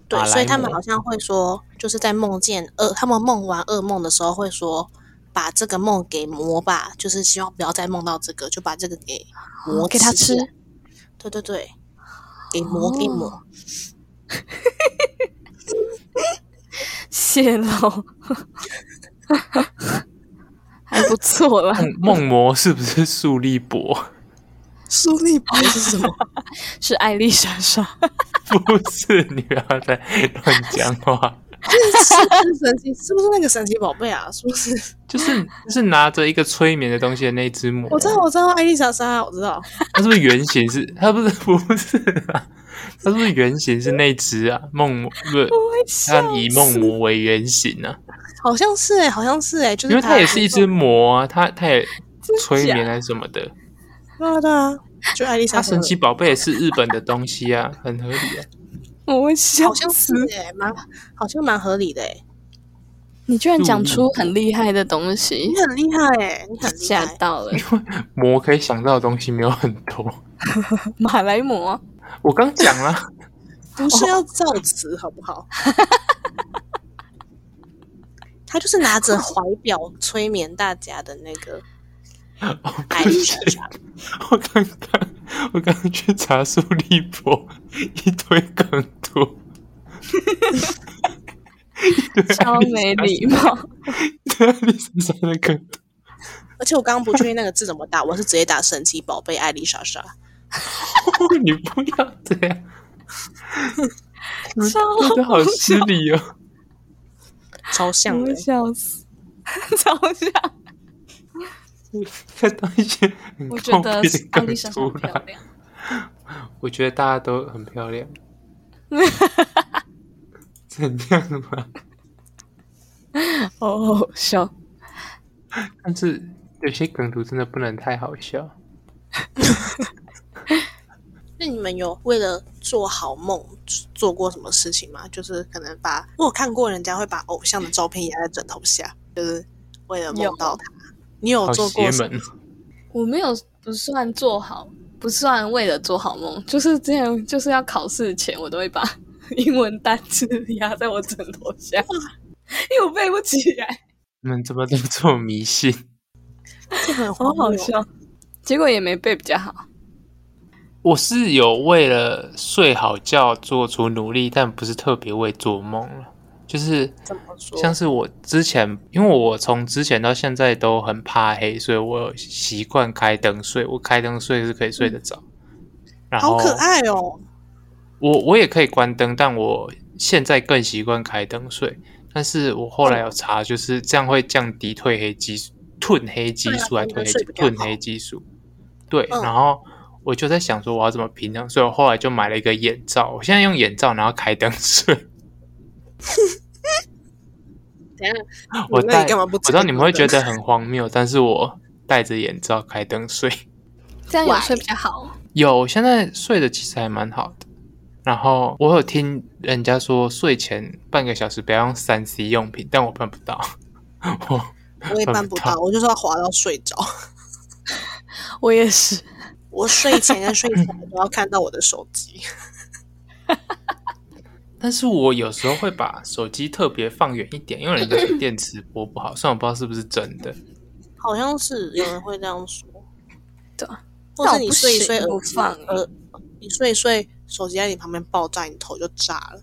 S1: 对
S2: 马，
S1: 所以
S2: 来
S1: 他们
S2: 魔
S1: 好像会说，就是在梦见噩，他们梦完噩梦的时候会说，把这个梦给魔吧，就是希望不要再梦到这个，就把这个给魔
S3: 嗯给他
S1: 起
S3: 吃
S1: 来。对对对，给魔给魔，
S3: 谢喽，还不错啦。
S2: 梦梦魔是不是素立博？ *laughs*
S1: 苏立博是什么？
S3: 是艾丽莎莎，
S2: 不是，你不要再乱讲话。
S1: 是神奇，是不是那个神奇宝贝啊？是不是？
S2: 就是就是拿着一个催眠的东西的那只魔，
S1: *laughs* 我知道，我知道，艾丽莎莎，我知道。
S2: 它是不是原型是？它不是不是啊？它是不是原型是那只啊？梦魔不是，它以梦魔为原型啊？
S1: 好像是哎、好像是哎、就是
S2: 因为它也是一
S1: 一
S2: 只魔啊，它它也催
S3: 假
S2: 眠还是什么的。
S1: 对啊对啊，就艾丽莎
S2: 它
S1: 莎
S2: 神奇宝贝也是日本的东西啊，很合理啊。
S3: 我会笑
S1: 好像是哎、蛮好像蛮合理的哎、
S3: 你居然讲出很厉害的东西
S1: 你，很厉害哎、你很厉
S3: 吓
S1: 害。
S3: 到了。
S2: 魔可以想到的东西没有很多，
S3: 马来魔，
S2: 我刚讲了，
S1: 不是要造词好不好？ *laughs* 他就是拿着怀表催眠大家的那个
S2: 我
S1: 艾
S2: 不
S1: 丽莎
S2: 是，
S1: 莎，
S2: *laughs* 我刚刚我刚刚去查苏立博，一堆梗图，
S3: 超没礼貌。
S2: 对， *laughs* 你身上的梗图，
S3: *laughs*
S1: 而且我刚刚不确定那个字怎么打，我是直接打神奇宝贝艾丽莎莎，
S2: 你不要这
S3: *laughs*
S2: 样，
S3: 超
S2: 真的好失礼哦。
S1: 超像的
S3: 我。笑死，超像。
S2: 再当一些很
S3: 我觉得
S2: 靠背的
S3: 艾丽
S2: 梗
S3: 莎莎
S2: 出
S3: 很漂
S2: 来，
S3: 亮，
S2: 我觉得大家都很漂
S3: *laughs*
S2: 亮。怎样嘛？
S3: 好好哦笑。
S2: 但是有些梗图真的不能太好笑。
S1: 那你们有为了做好梦做过什么事情吗？就是可能把我有看过人家会把偶像的照片压在枕头下，就是为了梦到他。你有
S2: 好
S1: 做过
S2: 邪
S1: 什么？
S2: 门，哦
S3: 我没有不算做好，不算为了做好梦，就是这样，就是要考试前，我都会把英文单词压在我枕头下，因为我背不起来，
S2: 你们怎么这么这么迷信？ *laughs*
S1: 这很
S3: *laughs* 好
S1: 荒
S3: 好
S1: 谬。
S3: 笑。结果也没背比较好，
S2: 我是有为了睡好觉做出努力，但不是特别为做梦了。就是
S1: 怎么说？
S2: 像是我之前，因为我从之前到现在都很怕黑，所以我有习惯开灯睡。我开灯睡是可以睡得着，然
S1: 好
S2: 后
S1: 可爱哦！
S2: 我我也可以关灯，但我现在更习惯开灯睡。但是我后
S1: 嗯
S2: 来有查，就是这样会降低褪黑激素、褪黑激素
S1: 对啊
S2: 还
S1: 你
S2: 是褪黑
S1: 们
S2: 激
S1: 睡比较好
S2: 褪黑激素。对，
S1: 嗯
S2: 然后我就在想说我要怎么平衡，所以我后来就买了一个眼罩。我现在用眼罩，然后开灯
S1: *laughs*
S2: 睡。
S1: 等一下，
S2: 我
S1: 那
S2: 戴
S1: 你，干嘛不？
S2: 我知道你们会觉得很荒谬，但是我戴着眼罩开灯睡。
S3: 这样有
S1: Why？
S3: 睡比较好。
S2: 有，我现在睡的其实还蛮好的。然后我有听人家说，睡前半个小时不要用三 C 用品，但我办不到。我
S1: 我也办不到，我就是要滑到睡着。
S3: 我也是，
S1: 我睡前跟睡起来都要看到我的手机。
S2: 但是我有时候会把手机特别放远一点，因为人家说电磁波不好，虽然我不知道是不是真的。 *laughs*
S1: 好像是有人会这样说，
S3: 对，啊
S1: 或者你睡一睡
S3: 但我
S1: 耳
S3: 不
S1: 机
S3: 行我放
S1: 呃，你睡一睡手机在你旁边爆炸，你头就炸了。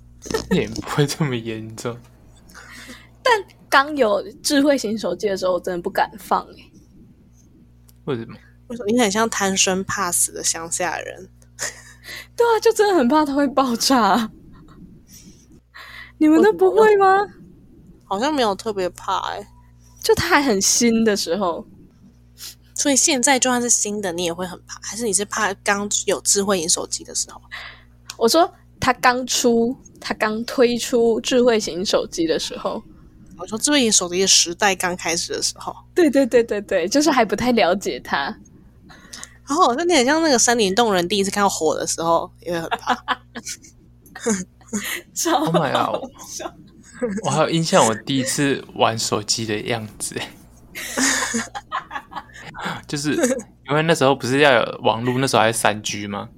S2: 也不会这么严重。
S3: 刚有智慧型手机的时候，我真的不敢放、欸、
S2: 为什么？
S1: 为什么？你很像贪生怕死的乡下人。
S3: 对啊，就真的很怕它会爆炸。你们都不会吗？
S1: 好像没有特别怕哎、
S3: 就它还很新的时候，
S1: 所以现在就算是新的，你也会很怕，还是你是怕刚有智慧型手机的时候？
S3: 我说它刚出，它刚推出智慧型手机的时候，
S1: 我说智慧型手机的时代刚开始的时候，
S3: 对对对对对，就是还不太了解它。
S1: 然后那你很像那个森林洞人第一次看到火的时候，也会很怕。
S3: 超
S2: Oh my god！我还有印象我第一次玩手机的样子， *laughs* 就是因为那时候不是要有网络，那时候还是三 G 吗？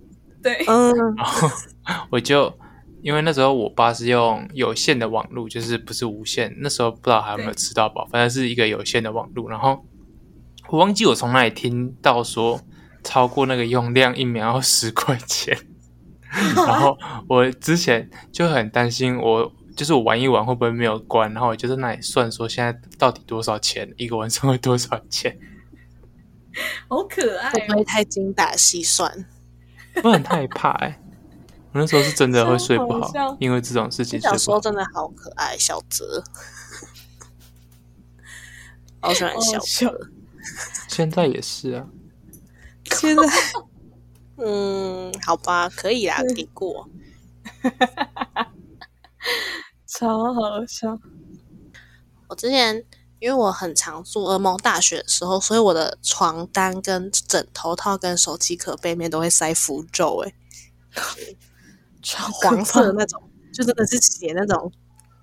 S3: 对，
S1: 嗯，
S2: 然后我就因为那时候我爸是用有线的网路，就是不是无线，那时候不知道还有没有吃到饱，反正是一个有线的网路。然后我忘记我从哪里听到说，超过那个用量一秒要十块钱。然后我之前就很担心我。就是我玩一玩会不会没有关，然后我就在那里算说现在到底多少钱，一个晚上会多少钱，
S3: 好可爱
S1: 会不会太精打细算？
S2: 我很害怕哎、我那时候是真的会睡不
S3: 超好笑
S2: 好，因为这种事情睡
S1: 小时
S2: 不好
S1: 候。真的好可爱，小泽，好喜欢哦小
S3: 好笑
S1: 泽。
S2: 现在也是啊，
S1: 现在， *laughs* 嗯，好吧，可以啦，给过。
S3: 超好笑。
S1: 我之前因为我很常做噩梦，大学的时候，所以我的床单、跟枕头套、跟手机壳背面都会塞符咒、欸，
S3: 超可怕
S1: 黄色的
S3: *laughs*
S1: 那种，就真的是写那种。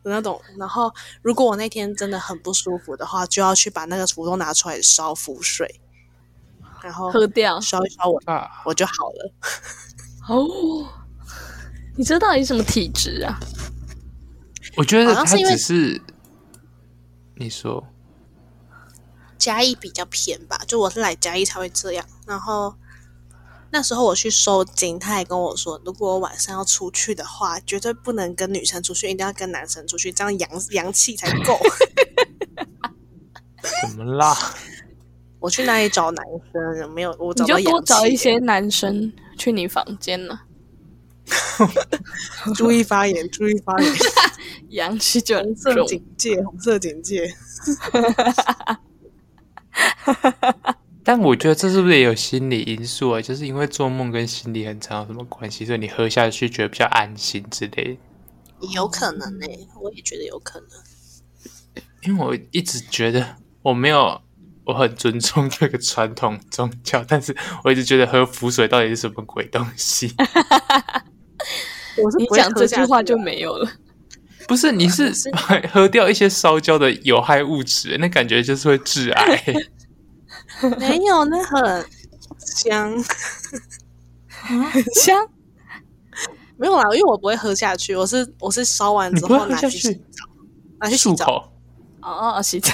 S1: 的那种，然后如果我那天真的很不舒服的话，就要去把那个符咒拿出来烧符水，然后
S3: 喝掉
S1: 烧一烧我
S2: 啊，
S1: 我就好了。
S3: 哦，你这到底什么体质啊？
S2: 我觉得
S1: 好像
S2: 他
S1: 是因为
S2: 只是你说
S1: 嘉义比较偏吧，就我是来嘉义才会这样。然后那时候我去收金，他也跟我说，如果我晚上要出去的话，绝对不能跟女生出去，一定要跟男生出去，
S3: *laughs*
S1: 这样阳阳气才够。 *laughs*
S2: 怎么啦？
S1: 我去哪里找男生？没有，我
S3: 你
S1: 找
S3: 就
S1: 到
S3: 多
S1: 氧
S3: 找一
S1: 气
S3: 些男生去你房间呢、 *laughs*
S1: 注意发言，注意发言，
S3: 阳气就很
S1: 红色
S3: 重。
S1: 警戒，红色警戒。
S2: 但我觉得这是不是也有心理因素啊？就是因为做梦跟心理很常有什么关系，所以你喝下去觉得比较安心之类的。
S1: 有可能呢、我也觉得有可能。
S2: 因为我一直觉得我没有，我很尊重这个传统宗教，但是我一直觉得喝符水到底是什么鬼东
S1: *laughs*
S2: 西？
S1: 我是
S3: 你
S1: 不会
S3: 讲
S1: 喝
S3: 这
S1: 下
S3: 句话
S1: 去
S3: 就
S1: 啊
S3: 没有了，
S2: 不是，你
S1: *laughs*
S2: 是
S1: 是
S2: 把喝掉一些烧焦的有害物质，那感觉就是会致
S1: *laughs*
S2: 癌。
S1: 没有，那很香。
S3: 很香。
S1: 没有啦，因为我不会喝下去，我是我是烧完
S2: 你
S1: 之
S2: 不会
S1: 后
S2: 喝
S1: 拿
S2: 下
S1: 去洗
S2: 去
S1: 澡，拿去洗
S2: 漱
S1: 澡。
S2: 口，
S3: 哦哦，洗澡。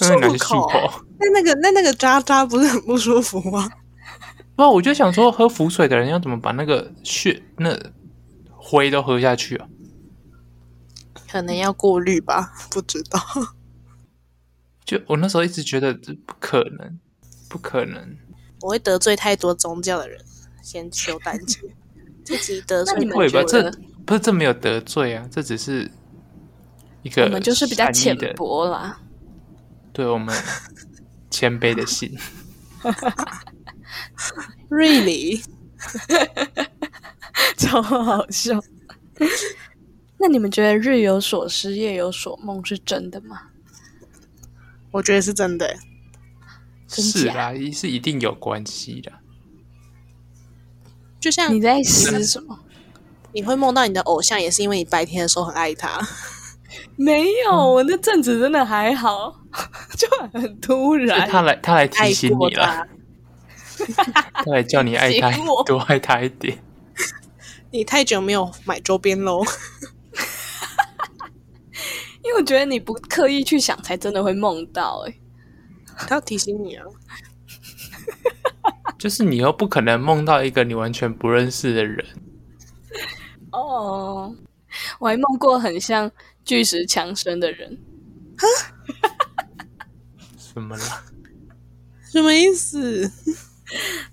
S2: 因为拿去漱
S1: 漱口
S2: 口。
S1: 那那个那那个渣渣不是很不舒服吗？
S2: 不，我就想说，喝符水的人要怎么把那个血、那灰都喝下去啊？
S1: *laughs* 可能要过滤吧，不知 *laughs* 道。
S2: 就我那时候一直觉得这不可能，不可能。
S1: 我会得罪太多宗教的人，先修丹 *laughs* 结。自己得罪
S3: 那你
S1: 太
S3: 们
S2: 会
S1: 多
S2: 吧？
S1: 人
S3: 觉
S2: 这
S3: 得
S2: 不是这没有得罪啊，这只是一个
S3: 我们就是比较
S2: 善
S3: 浅
S2: 意的，
S3: 薄啦。
S2: 对我们谦卑的心。
S1: really
S3: 超好笑。那你们觉得日有所思，夜有所梦是真的吗？
S1: 我觉得是真的欸、
S3: *laughs* 真
S2: 是
S3: 假
S2: 啦，一是一定有关系的。
S1: 就像
S3: 你在思什么？
S1: 你会梦到你的偶像，也是因为你白天的时候很爱他。
S3: 没有，我那阵子真的还好， *laughs* 就很突
S2: 就
S3: *laughs* 然。
S2: 他来，他来提
S1: 爱
S2: 醒
S1: 过
S2: 你了，
S1: 他，
S2: 他来叫你
S3: *laughs*
S2: 爱他
S3: 提醒我，
S2: 多爱他一点。
S1: 你太久没有买周边 *laughs* 喽。
S3: 因为我觉得你不刻意去想，才真的会梦到、欸。
S1: 他要提醒你啊，
S2: 就是你又不可能梦到一个你完全不认识的人，
S3: 哦，我还梦过很像巨石强森的人，
S2: 怎么了？ *laughs*
S1: 什么意思？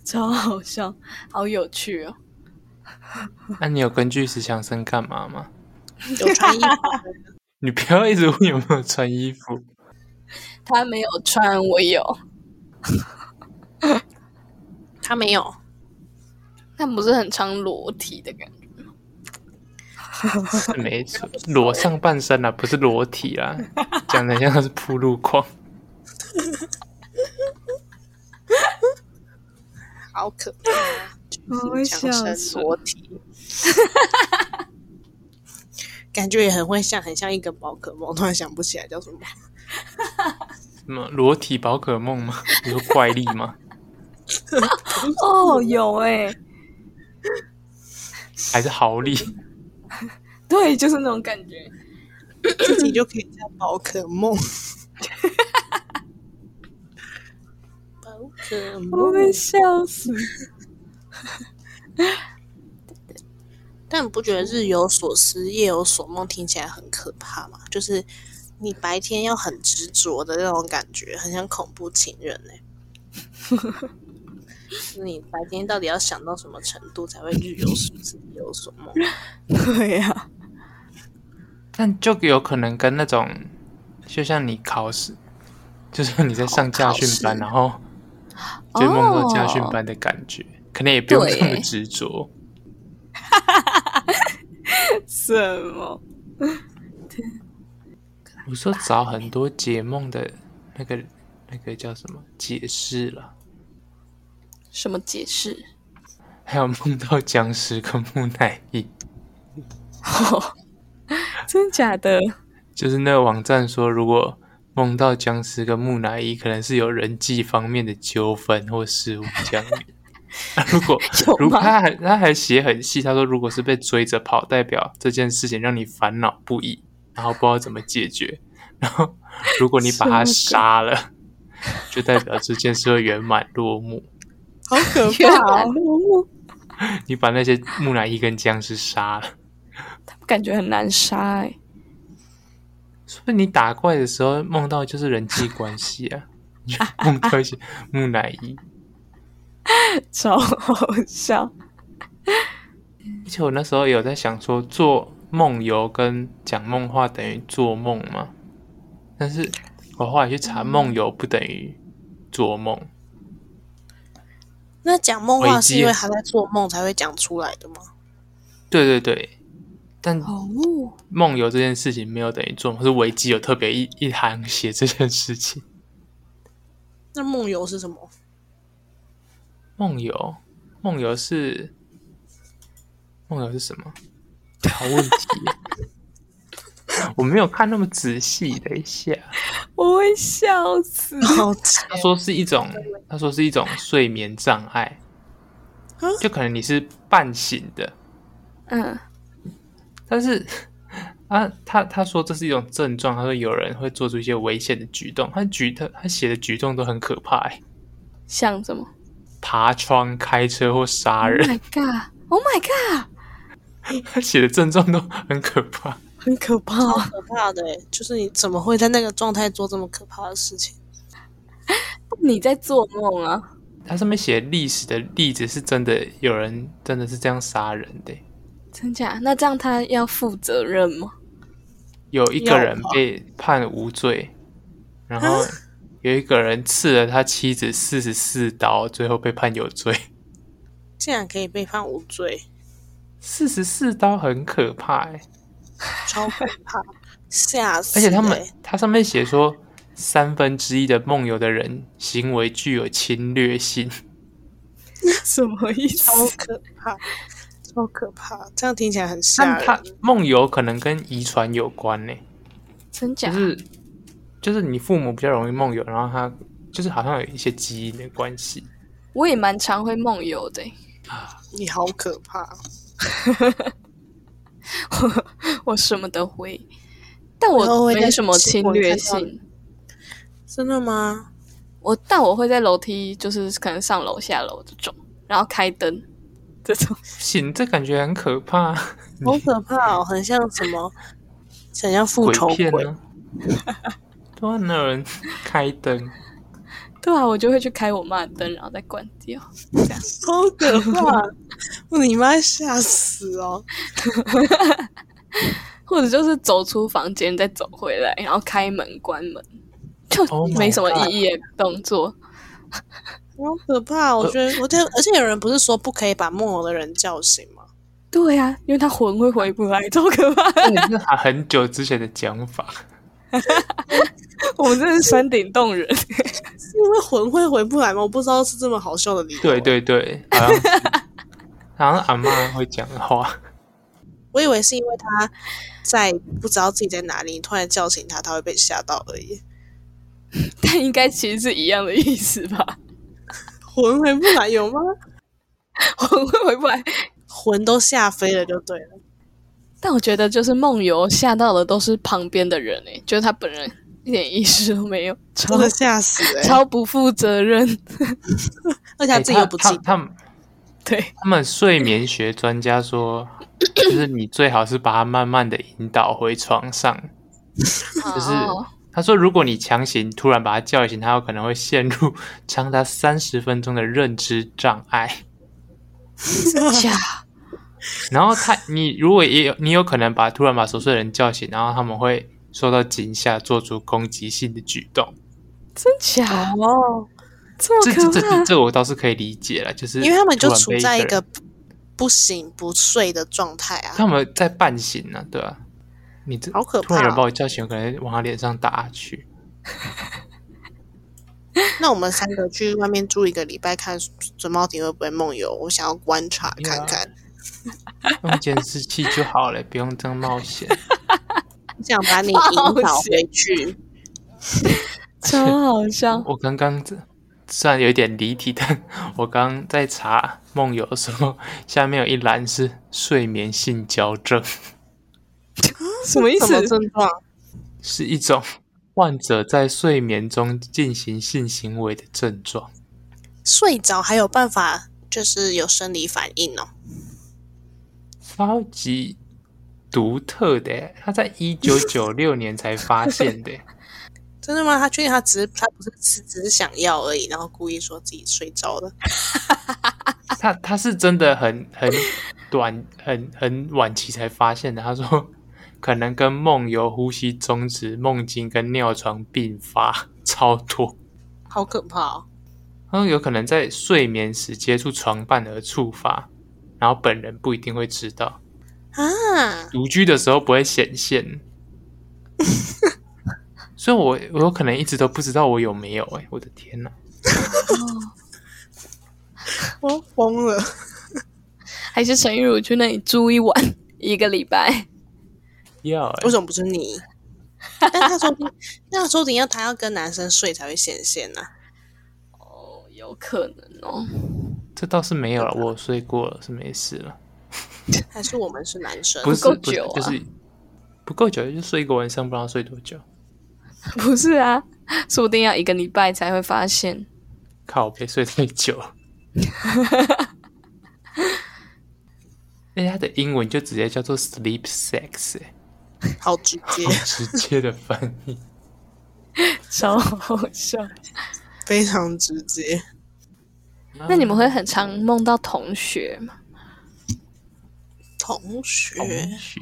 S3: 超好笑，好有趣哦。
S2: 那、你有跟巨石强森干嘛吗？
S1: 有穿衣服，
S2: *laughs* 你不要一直问有没有穿衣服，
S3: 他没有穿，我有，
S1: 他没有。
S3: 但不是很常裸体的感觉。
S2: 是没错，裸上半身啦、不是裸体啦，讲的像他是铺路狂。
S1: 好可怕、啊！
S3: 我
S1: 强身裸体，感觉也很会像，很像一个宝可梦。突然想不起来叫什么，
S2: 什么裸体宝可梦吗？你说怪力吗？
S3: 哦，有哎、
S2: 还是豪力？
S3: 对，就是那种感觉。
S1: 自己就可以叫宝可 *laughs* 梦。宝可梦，
S3: 笑死。
S1: 但你不觉得日有所思，夜有所梦听起来很可怕吗？就是你白天要很执着的那种感觉，很像恐怖情人呢、就是你白天到底要想到什么程度才会日有所思，夜有所梦？
S3: *laughs* 对呀、
S2: 但就有可能跟那种，就像你考试，就是你在上家训班，
S3: 考试
S2: 然后就梦到家
S1: 哦
S2: 训班的感觉，可能也不用这么执着。
S3: 什么？
S2: 我说找很多解梦的那个那个叫什么解释了，
S3: 什么解释？
S2: 还有梦到僵尸跟木乃伊，
S3: 真假的？
S2: 就是那个网站说，如果梦到僵尸跟木乃伊，可能是有人际方面的纠纷或事务这样。啊如果
S3: *laughs* 有
S2: 如果
S3: 吗
S2: 他还他还写很细，他说如果是被追着跑，代表这件事情让你烦恼不已，然后不知道怎么解决。然后如果你把他杀了，就代表这件事会圆满落幕。
S1: 好可
S3: 原
S1: 怕、
S3: 来
S1: 哦！
S2: 你把那些木乃伊跟僵尸杀了，
S3: 感觉很难杀哎、
S2: 说不定你打怪的时候梦到就是人际关系啊。梦到一些木乃伊，
S3: 超好笑。
S2: 而且我那时候有在想说，做梦游跟讲梦话等于做梦吗？但是我后来去查，梦游不等于做梦，
S1: *laughs* 那讲梦话是
S2: 危机
S1: 因为他在做梦才会讲出来的吗？
S2: 对对对，但
S3: 哦，
S2: 梦游这件事情没有等于做梦，是维基有特别一一行写这件事情。
S1: 那梦游是什么？
S2: 梦游，梦游是梦游是什
S3: *laughs*
S2: 么？好问题，我没有看那么仔细。等一下，
S3: 我会笑
S1: *laughs*
S3: 死。
S1: 好惨
S2: 他说是一种，他说是一种睡眠障碍
S1: 啊，
S2: 就可能你是半醒的，
S3: 嗯，
S2: 但是 *laughs* 啊，他他说这是一种症状，他说有人会做出一些危险的举动，他举他他写的举动都很可怕、欸，
S3: 像什么
S2: 爬窗、开车或杀
S3: ？Oh
S2: 人，
S3: my god！Oh my god！
S2: 他写的症状都很可怕。
S3: 很可
S1: 好
S3: 怕。
S1: 可怕的欸就是你怎么会在那个状态做这么可怕的事情？
S3: 你在做梦啊？
S2: 他上面写历史的例子是真的，有人真的是这样杀人的欸、
S3: 真假？那这样他要负责任吗？
S2: 有一个人
S1: 要吧
S2: 被判无罪，然后
S1: 啊
S2: 有一个人刺了他妻子四十四刀，最后被判有罪。
S1: 竟然可以被判无罪，
S2: 四十四刀很可怕、欸，
S1: 超可怕，吓死
S2: *laughs* 而
S1: 欸！
S2: 且他们它上面写说，三分之一的梦游的人行为具有侵略性，
S3: 什么意思
S1: 超可怕，超可怕，这样听起来很吓
S2: 但他
S1: 人。
S2: 梦游可能跟遗传有关呢、欸
S3: 真假
S2: 就？是就是你父母比较容易梦游，然后他就是好像有一些基因的关系。
S3: 我也蛮常会梦游的欸、
S1: 你好可怕，
S3: 我什么都会，但
S1: 以后
S3: 我
S1: 会在
S3: 没什么侵略
S1: 新闻看
S3: 性。
S1: 真的吗？
S3: 我但我会在楼梯，就是可能上楼下楼这种，然后开灯这种。
S2: 醒，这感觉很可怕，
S1: 好可怕哦，很像什么，很像复仇
S2: 鬼
S1: 鬼
S2: 片。呢、 *laughs* 啊？对啊，哪有人开灯？
S3: 对啊，我就会去开我妈的灯，然后再关掉。
S1: 超可怕！我你妈吓死哦！
S3: 或者就是走出房间再走回来，然后开门关门，就
S2: Oh my
S3: 没什么意义的动作。
S1: 好可怕！
S2: 呃
S1: 我觉得，我听，而且有人不是说不可以把梦游的人叫醒吗？
S3: 对呀、因为他魂会回不来，超可怕。 *laughs*
S2: 那你是很久之前的讲法，
S3: 我们真是山顶洞人，
S1: 是因为魂会回不来吗？我不知道是这么好笑的理由。
S2: 对，对对，好像是好像阿妈会讲
S1: *laughs*
S2: 的话。
S1: 我以为是因为他在不知道自己在哪里，你突然叫醒他，他会被吓到而已。
S3: 但应该其实是一样的意思吧？
S1: 魂回不来有吗？
S3: 魂会回不来，
S1: 魂都吓飞了就对了。
S3: 但我觉得就是梦游吓到的都是旁边的人诶、就是他本人一点意识都没有，
S1: *laughs*
S3: 超
S1: 真的吓死哎、欸！
S3: 超不负责任。 *laughs*
S1: 而且哎他自己又不记
S2: 欸，他他他
S3: 对，
S2: 他们睡眠学专家说， *coughs* 就是你最好是把他慢慢的引导回床上。
S3: 就是
S1: 哦
S2: 他说，如果你强行突然把他叫醒，他有可能会陷入长达三十分钟的认知障碍。
S3: *laughs* 吓
S2: 然后他，你如果也有，你有可能把突然把熟睡的人叫醒，然后他们会受到惊吓，做出攻击性的举动。
S3: 真假，
S1: 哦，
S3: 这么
S2: 这这
S3: 可
S2: 这
S3: 怕？
S2: 这我倒是可以理解了，就是
S1: 因为他们就
S2: 突然
S1: 处
S2: 被
S1: 在一
S2: 人
S1: 个不不醒不睡的状态啊，
S2: 他们在半醒呢、对吧、啊你这
S1: 好可
S2: 突然有人
S1: 怕
S2: 把
S1: 哦
S2: 我叫醒，我可能往他脸上打去。
S1: 那我们三个去外面住一个礼拜，看准猫婷会不会梦游。我想要观察看看，
S2: 用监视器就好了，不用这样
S1: *laughs*
S2: 冒险。
S1: 想把你引导回 *laughs* 去。
S3: 超好
S1: *laughs*
S3: 笑！
S2: 我刚刚这虽然有一点离题，但我刚在查梦游的时候，下面有一栏是睡眠性交症，
S3: 什么意
S1: 什么
S3: 思？
S1: 症状？
S2: 是一种患者在睡眠中进行性行为的症状。
S1: 睡着还有办法，就是有生理反应哦。
S2: 超级独特的耶，他在一九九六年才发现的耶。
S1: 真的吗？他确定他只是他不是只只是想要而已，然后故意说自己睡着了。
S2: 他他是真的很很短很很晚期才发现的。他说可能跟梦游、呼吸终止、梦境跟尿床并发超多。
S1: 好可怕、哦！
S2: 他说有可能在睡眠时接触床伴而触发，然后本人不一定会知道，
S1: 啊，
S2: 独居的时候不会显
S3: *laughs*
S2: 现。所以我我有可能一直都不知道我有没有哎、我的天呐！
S1: 我要疯了！
S3: 还是陈玉茹去那里住一晚一个礼拜？
S2: 要、欸
S1: 为，什么不是你？但他说不定， *laughs* 那说不定要他要跟男生睡才会显现啊呐、
S3: 哦，有可能哦。
S2: 这倒是没有了，
S3: 啊
S2: 我有睡过了，是没事了。
S1: 还是我们是男生？
S2: 不是
S3: 够
S2: 不是
S3: 久啊
S2: 就是不够久，就睡一个晚上，不知道睡多久。
S3: *laughs* 不是啊，说不定要一个礼拜才会发现。
S2: 靠，别睡太
S3: *laughs*
S2: 久。哎，它的英文就直接叫做 sleep sex，哎、
S1: 好直接
S2: 好，直接的翻译。
S3: 超好笑。
S1: 非常直接。
S3: *laughs* 那你们会很常梦到同学吗？
S1: 同
S2: 同
S1: 学
S2: 学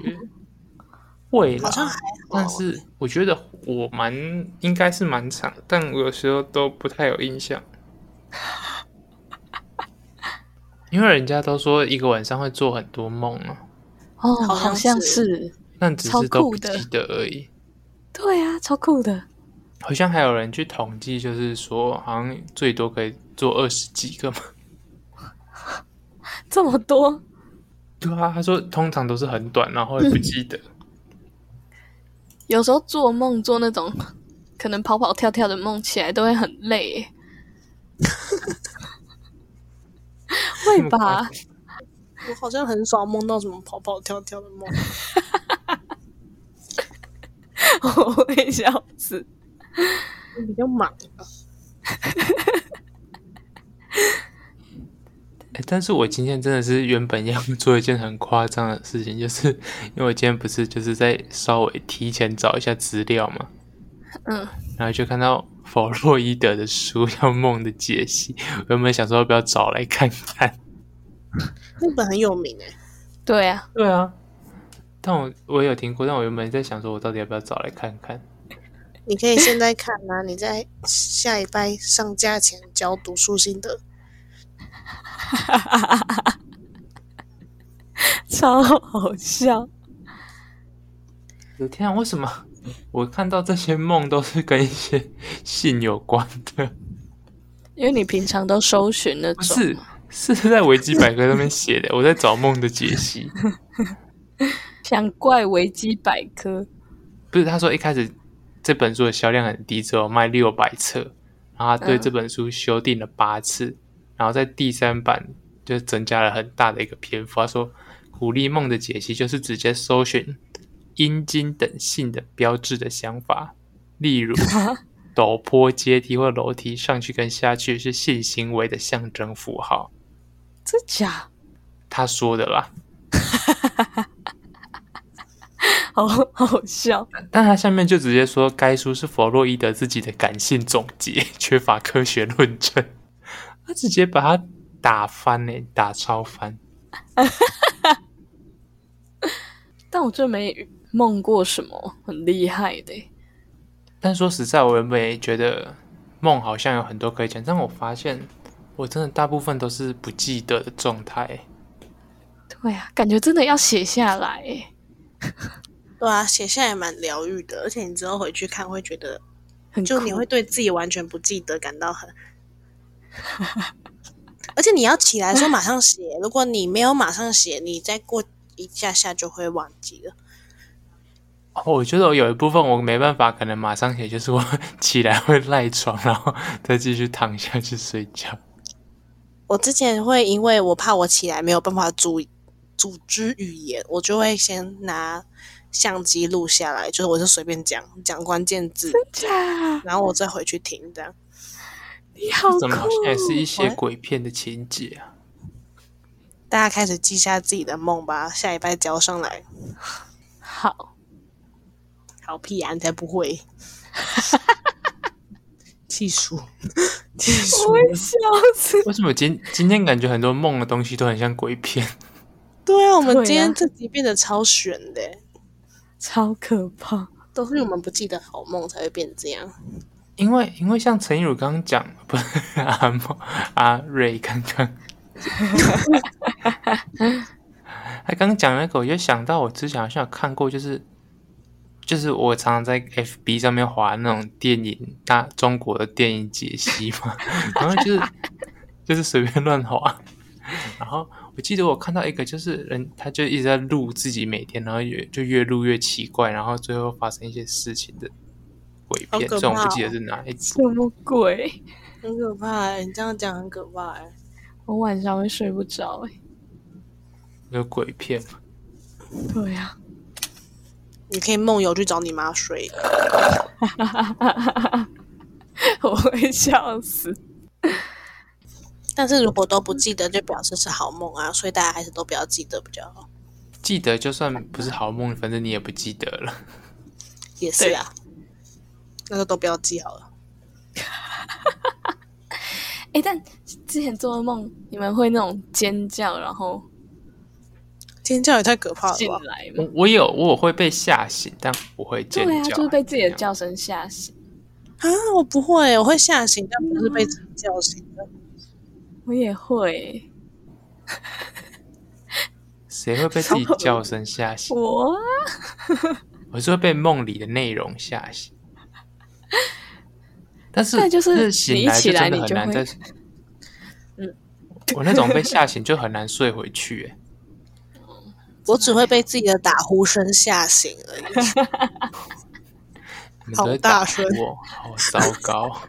S2: 会啦
S1: 好像还好欸，
S2: 但是我觉得我蛮应该是蛮长，但我有时候都不太有
S1: *laughs*
S2: 印象，因为人家都说一个晚上会做很多梦啊，
S3: 哦，
S1: 好像
S3: 好像
S1: 是
S3: 是。
S2: 但只
S3: 超
S2: 是都
S3: 酷
S2: 不
S3: 的
S2: 记得而已。
S3: 对啊，超酷的。
S2: 好像还有人去统计，就是说好像最多可以做二十几个嘛。
S3: 这么多，
S2: *laughs* 对啊，他说通常都是很短，然后也不记得。
S3: 有时候做梦做那种可能跑跑跳跳的梦，起来都会很累 *laughs* 耶，会吧？
S1: 我好像很少梦到什么跑跑跳跳的梦。
S3: 我会笑死。
S1: 比较忙啊，
S2: 欸但是我今天真的是原本要做一件很夸张的事情，就是因为我今天不是就是在稍微提前找一下资料嘛，
S3: 嗯，
S2: 然后就看到弗洛伊德的书《要梦的解析》，我原本想说要不要找来看看。
S1: 那本很有名哎、
S3: 对啊，
S2: 对啊，但我我有听过，但我原本在想说我到底要不要找来看看。
S1: 你可以现在看啊， *laughs* 你在下礼拜上架前交读书心得。
S3: 超好笑。
S2: 我的天啊，为什么我看到这些梦都是跟一些性有关的？
S3: 因为你平常都搜寻那
S2: 不
S3: 种，
S2: 是，是在维基百科上面写的，我在找梦的解析。
S3: 想怪维基百科，
S2: 不是，他说一开始这本书的销量很低，只有卖六百册，然后他对这本书修订了八次，然后在第三版就增加了很大的一个篇幅。他说，鼓励梦的解析就是直接搜寻阴茎等性的标志的想法，例如陡坡阶梯或楼梯上去跟下去是性行为的象征符号。
S3: 真假？
S2: 他说的啦，
S3: 好好笑。
S2: 但他下面就直接说，该书是弗洛伊德自己的感性总结， *laughs* 缺乏科学论证。他直接把它打翻呢、打超翻。
S3: 但我真没梦过什么很厉害的耶，
S2: 但说实在，我原本也觉得梦好像有很多可以讲，但我发现我真的大部分都是不记得的状态。欸
S3: 对啊，感觉真的要写下来耶。
S1: 对啊，写下来蛮疗愈的，而且你之后回去看会觉得，
S3: 很
S1: 就
S3: 酷
S1: 你会对自己完全不记得感到很，而且你要起来说马上写，如果你没有马上写，你再过一下下就会忘记了。
S2: 哦，我觉得我有一部分我没办法，可能马上写，就是我起来会赖床，然后再继续躺下去睡觉。
S1: 我之前会因为我怕我起来没有办法组组织语言，我就会先拿相机录下来，就是我就随便讲讲关键字，
S3: 假？
S1: 然后我再回去听这样。
S3: 啊你好酷
S2: 怎么好像也是一些
S1: 酷
S2: 鬼片的情节啊？
S1: 大家开始记下自己的梦吧，下礼拜交上来。
S3: 好，
S1: 好屁啊，你才不会！ *laughs* 技术，技术
S3: 我，会笑死。
S2: 为什么今今天感觉很多梦的东西都很像鬼片？
S1: 对啊，我们
S3: 对啊
S1: 今天这集变得超悬的欸，
S3: 超可怕。
S1: 都是我们不记得好梦才会变这样。
S2: 因为因为像陈怡儒刚刚讲， *laughs* 不是阿莫阿瑞刚刚，他刚刚讲那个，我就想到我之前好像有看过，就是就是我常常在 FB 上面划那种电影大中国的电影解析嘛， *laughs* 然后就是就是随便乱划，然后我记得我看到一个，就是人他就一直在录自己每天，然后越就越录越奇怪，然后最后发生一些事情的鬼
S1: 好
S2: 片，
S1: 可
S2: 虽然我
S1: 怕
S2: 不记
S1: 哦
S2: 得是哪一集。
S3: 什么鬼？
S1: 很可怕、欸，你这样讲很可怕、欸。
S3: 我晚上会睡不着哎、
S2: 有鬼片嘛？
S3: 对啊呀、
S1: 你可以梦游去找你妈睡，
S3: 我会笑死。
S1: 但是如果都不记得，就表示是好梦啊，所以大家还是都不要记得比较好。
S2: 记得就算不是好梦，反正你也不记得了。
S1: 也是啊，那就都不要记好了。
S3: 哎、但之前做的梦，你们会那种尖叫然后
S1: 尖叫也太可怕了
S3: 进
S1: 吧！
S3: 来吗？
S2: 我我有我有会被吓醒，但不会尖
S3: 对啊，
S2: 叫，
S3: 就是被自己的叫声吓醒。
S1: 啊，我不会，我会吓醒，但不是被自己叫醒的。
S3: 我也会欸、
S2: 谁会被自己叫声吓
S3: *laughs*
S2: 醒？
S3: 我啊
S2: 我是会被梦里的内容吓
S3: *laughs*
S2: 醒。但是
S3: 对就是
S2: 那醒来就真的
S3: 你一
S2: 很
S3: 起来
S2: 难
S3: 你就
S2: 再
S3: 会。嗯，
S2: 我那种被吓醒就很难睡回
S1: *laughs*
S2: 去、欸。
S1: 我只会被自己的打呼声吓醒而已。 *laughs*
S2: 你们都会
S1: 好大
S2: 打
S1: 声
S2: 我，好糟糕！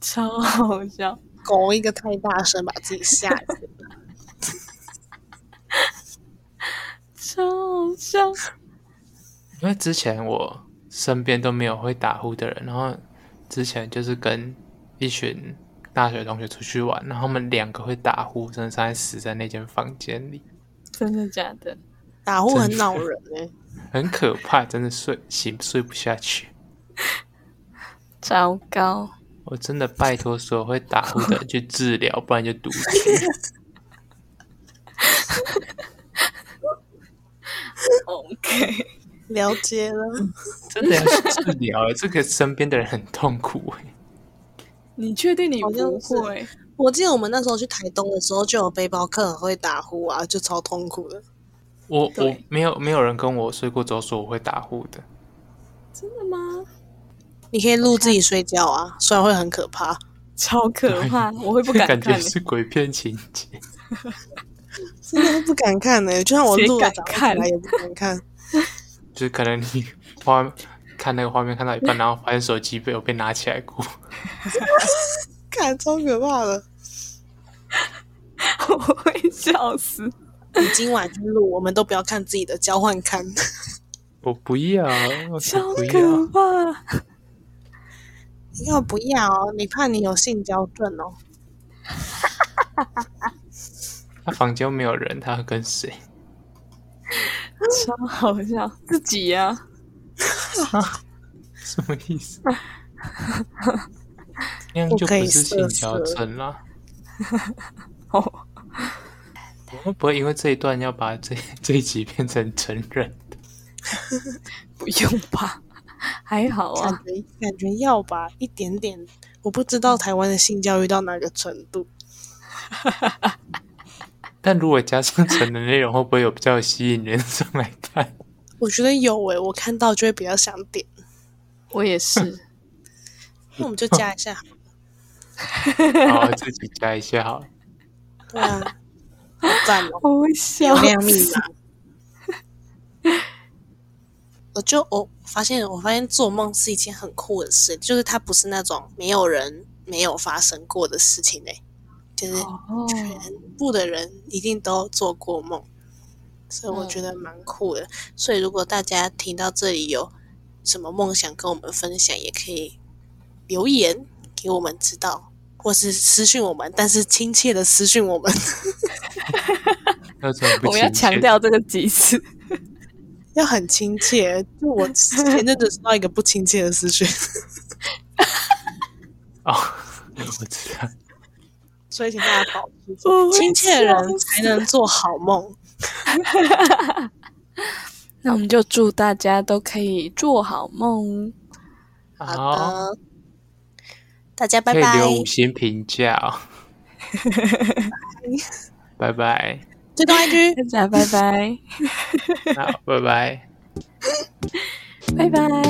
S3: 超好笑。
S1: 狗一个太大声，把自己吓死。
S3: 超好笑！
S2: 因为之前我身边都没有会打呼的人，然后之前就是跟一群大学同学出去玩，然后他们两个会打呼，真的是在死在那间房间里，
S3: 真的假的？
S1: 打呼很恼人哎、
S2: 很可怕，真的睡醒睡不下去。
S3: 糟糕！
S2: 我真的拜托所有会打呼的人去治疗，不然就独
S3: *laughs*
S2: 居。
S3: OK，
S1: 了解了，
S2: 真的要去治疗、欸，这个身边的人很痛苦、欸。
S3: 你确定你
S1: 好像
S3: 不
S1: 是
S3: 会？
S1: 我记得我们那时候去台东的时候，就有背包客很会打呼啊，就超痛苦的。
S2: 我我
S3: 对
S2: 没有没有人跟我睡过之后说我会打呼的，
S3: 真的吗？
S1: 你可以录自己睡觉啊，虽然会很可怕。
S3: 超可怕！我会不敢
S2: 感
S3: 看、
S2: 觉
S3: 欸，
S2: 是鬼片情节。
S1: *laughs* 真的不敢看呢、就像我录了
S3: 谁敢
S1: 早上
S3: 看
S1: 起来也不敢 *laughs* 看。
S2: 就是可能你画看那个画面看到一半，然后发现手机被有被拿起来过，
S1: 看超可怕的。
S3: *laughs* 我会笑死。
S1: 你今晚去录，我们都不要看 *laughs* 自己的交换刊。
S2: *laughs* 我不要，我
S3: 超
S2: 不要
S3: 可，怕！
S1: 你要不要哦？你怕你有性交症哦？
S2: 他房间没有人，他要跟谁？
S3: 超好笑，自己呀、
S2: 什么意 *laughs* 思？那样
S1: 不
S2: 就
S1: 可以
S2: 是性
S1: 色
S2: 交
S1: 色
S2: 症啦。
S3: 哦，
S2: 我们不会因为这一段要把这 *laughs* 这一集变成成人的，
S3: 不用吧， *laughs* 还好
S1: 感
S3: 啊。
S1: 觉感觉要吧，一点点。我不知道台湾的性教育到哪个程度。
S2: 但如果加上成人内容，会不会有比较吸引人上来
S3: *laughs*
S2: 看？
S1: 我觉得有诶、我看到就会比较想点。
S3: 我也是，
S1: 那我们就加一下。
S2: 好，自己加一下好了。
S1: 对啊，好赞
S3: *laughs*
S1: 哦，
S3: *laughs* 我会笑
S1: 流量密
S3: 死。
S1: 码。 *laughs* 我就我发现，我发现做梦是一件很酷的事，就是它不是那种没有人没有发生过的事情诶、欸就是
S3: 哦，
S1: 全部的人一定都做过梦，所以
S3: 嗯
S1: 我觉得蛮酷的。所以如果大家听到这里有什么梦想跟我们分享，也可以留言给我们知道，或是私讯我们，但是亲切的私讯
S3: *laughs*
S1: 我们，
S2: 那怎么不
S3: 我们要
S2: 亲切
S3: 强调这个几次，
S1: 要很亲切。就我前阵子收到一个不亲切的私
S3: *laughs*
S1: 讯，
S2: 哦，我知道，
S1: 所以请大家保持
S3: 我会
S1: 亲切的人
S3: 笑
S1: 才能做好梦。
S3: 那我们就祝大家都可以做好梦。
S1: 好
S2: 好，
S1: 的，大家拜
S2: 可以
S1: 拜。
S2: 留五星评价
S1: *laughs*
S2: 哦，拜拜，
S1: 最动 IG。
S3: 大家拜拜，
S2: 好，拜拜。
S3: 拜拜。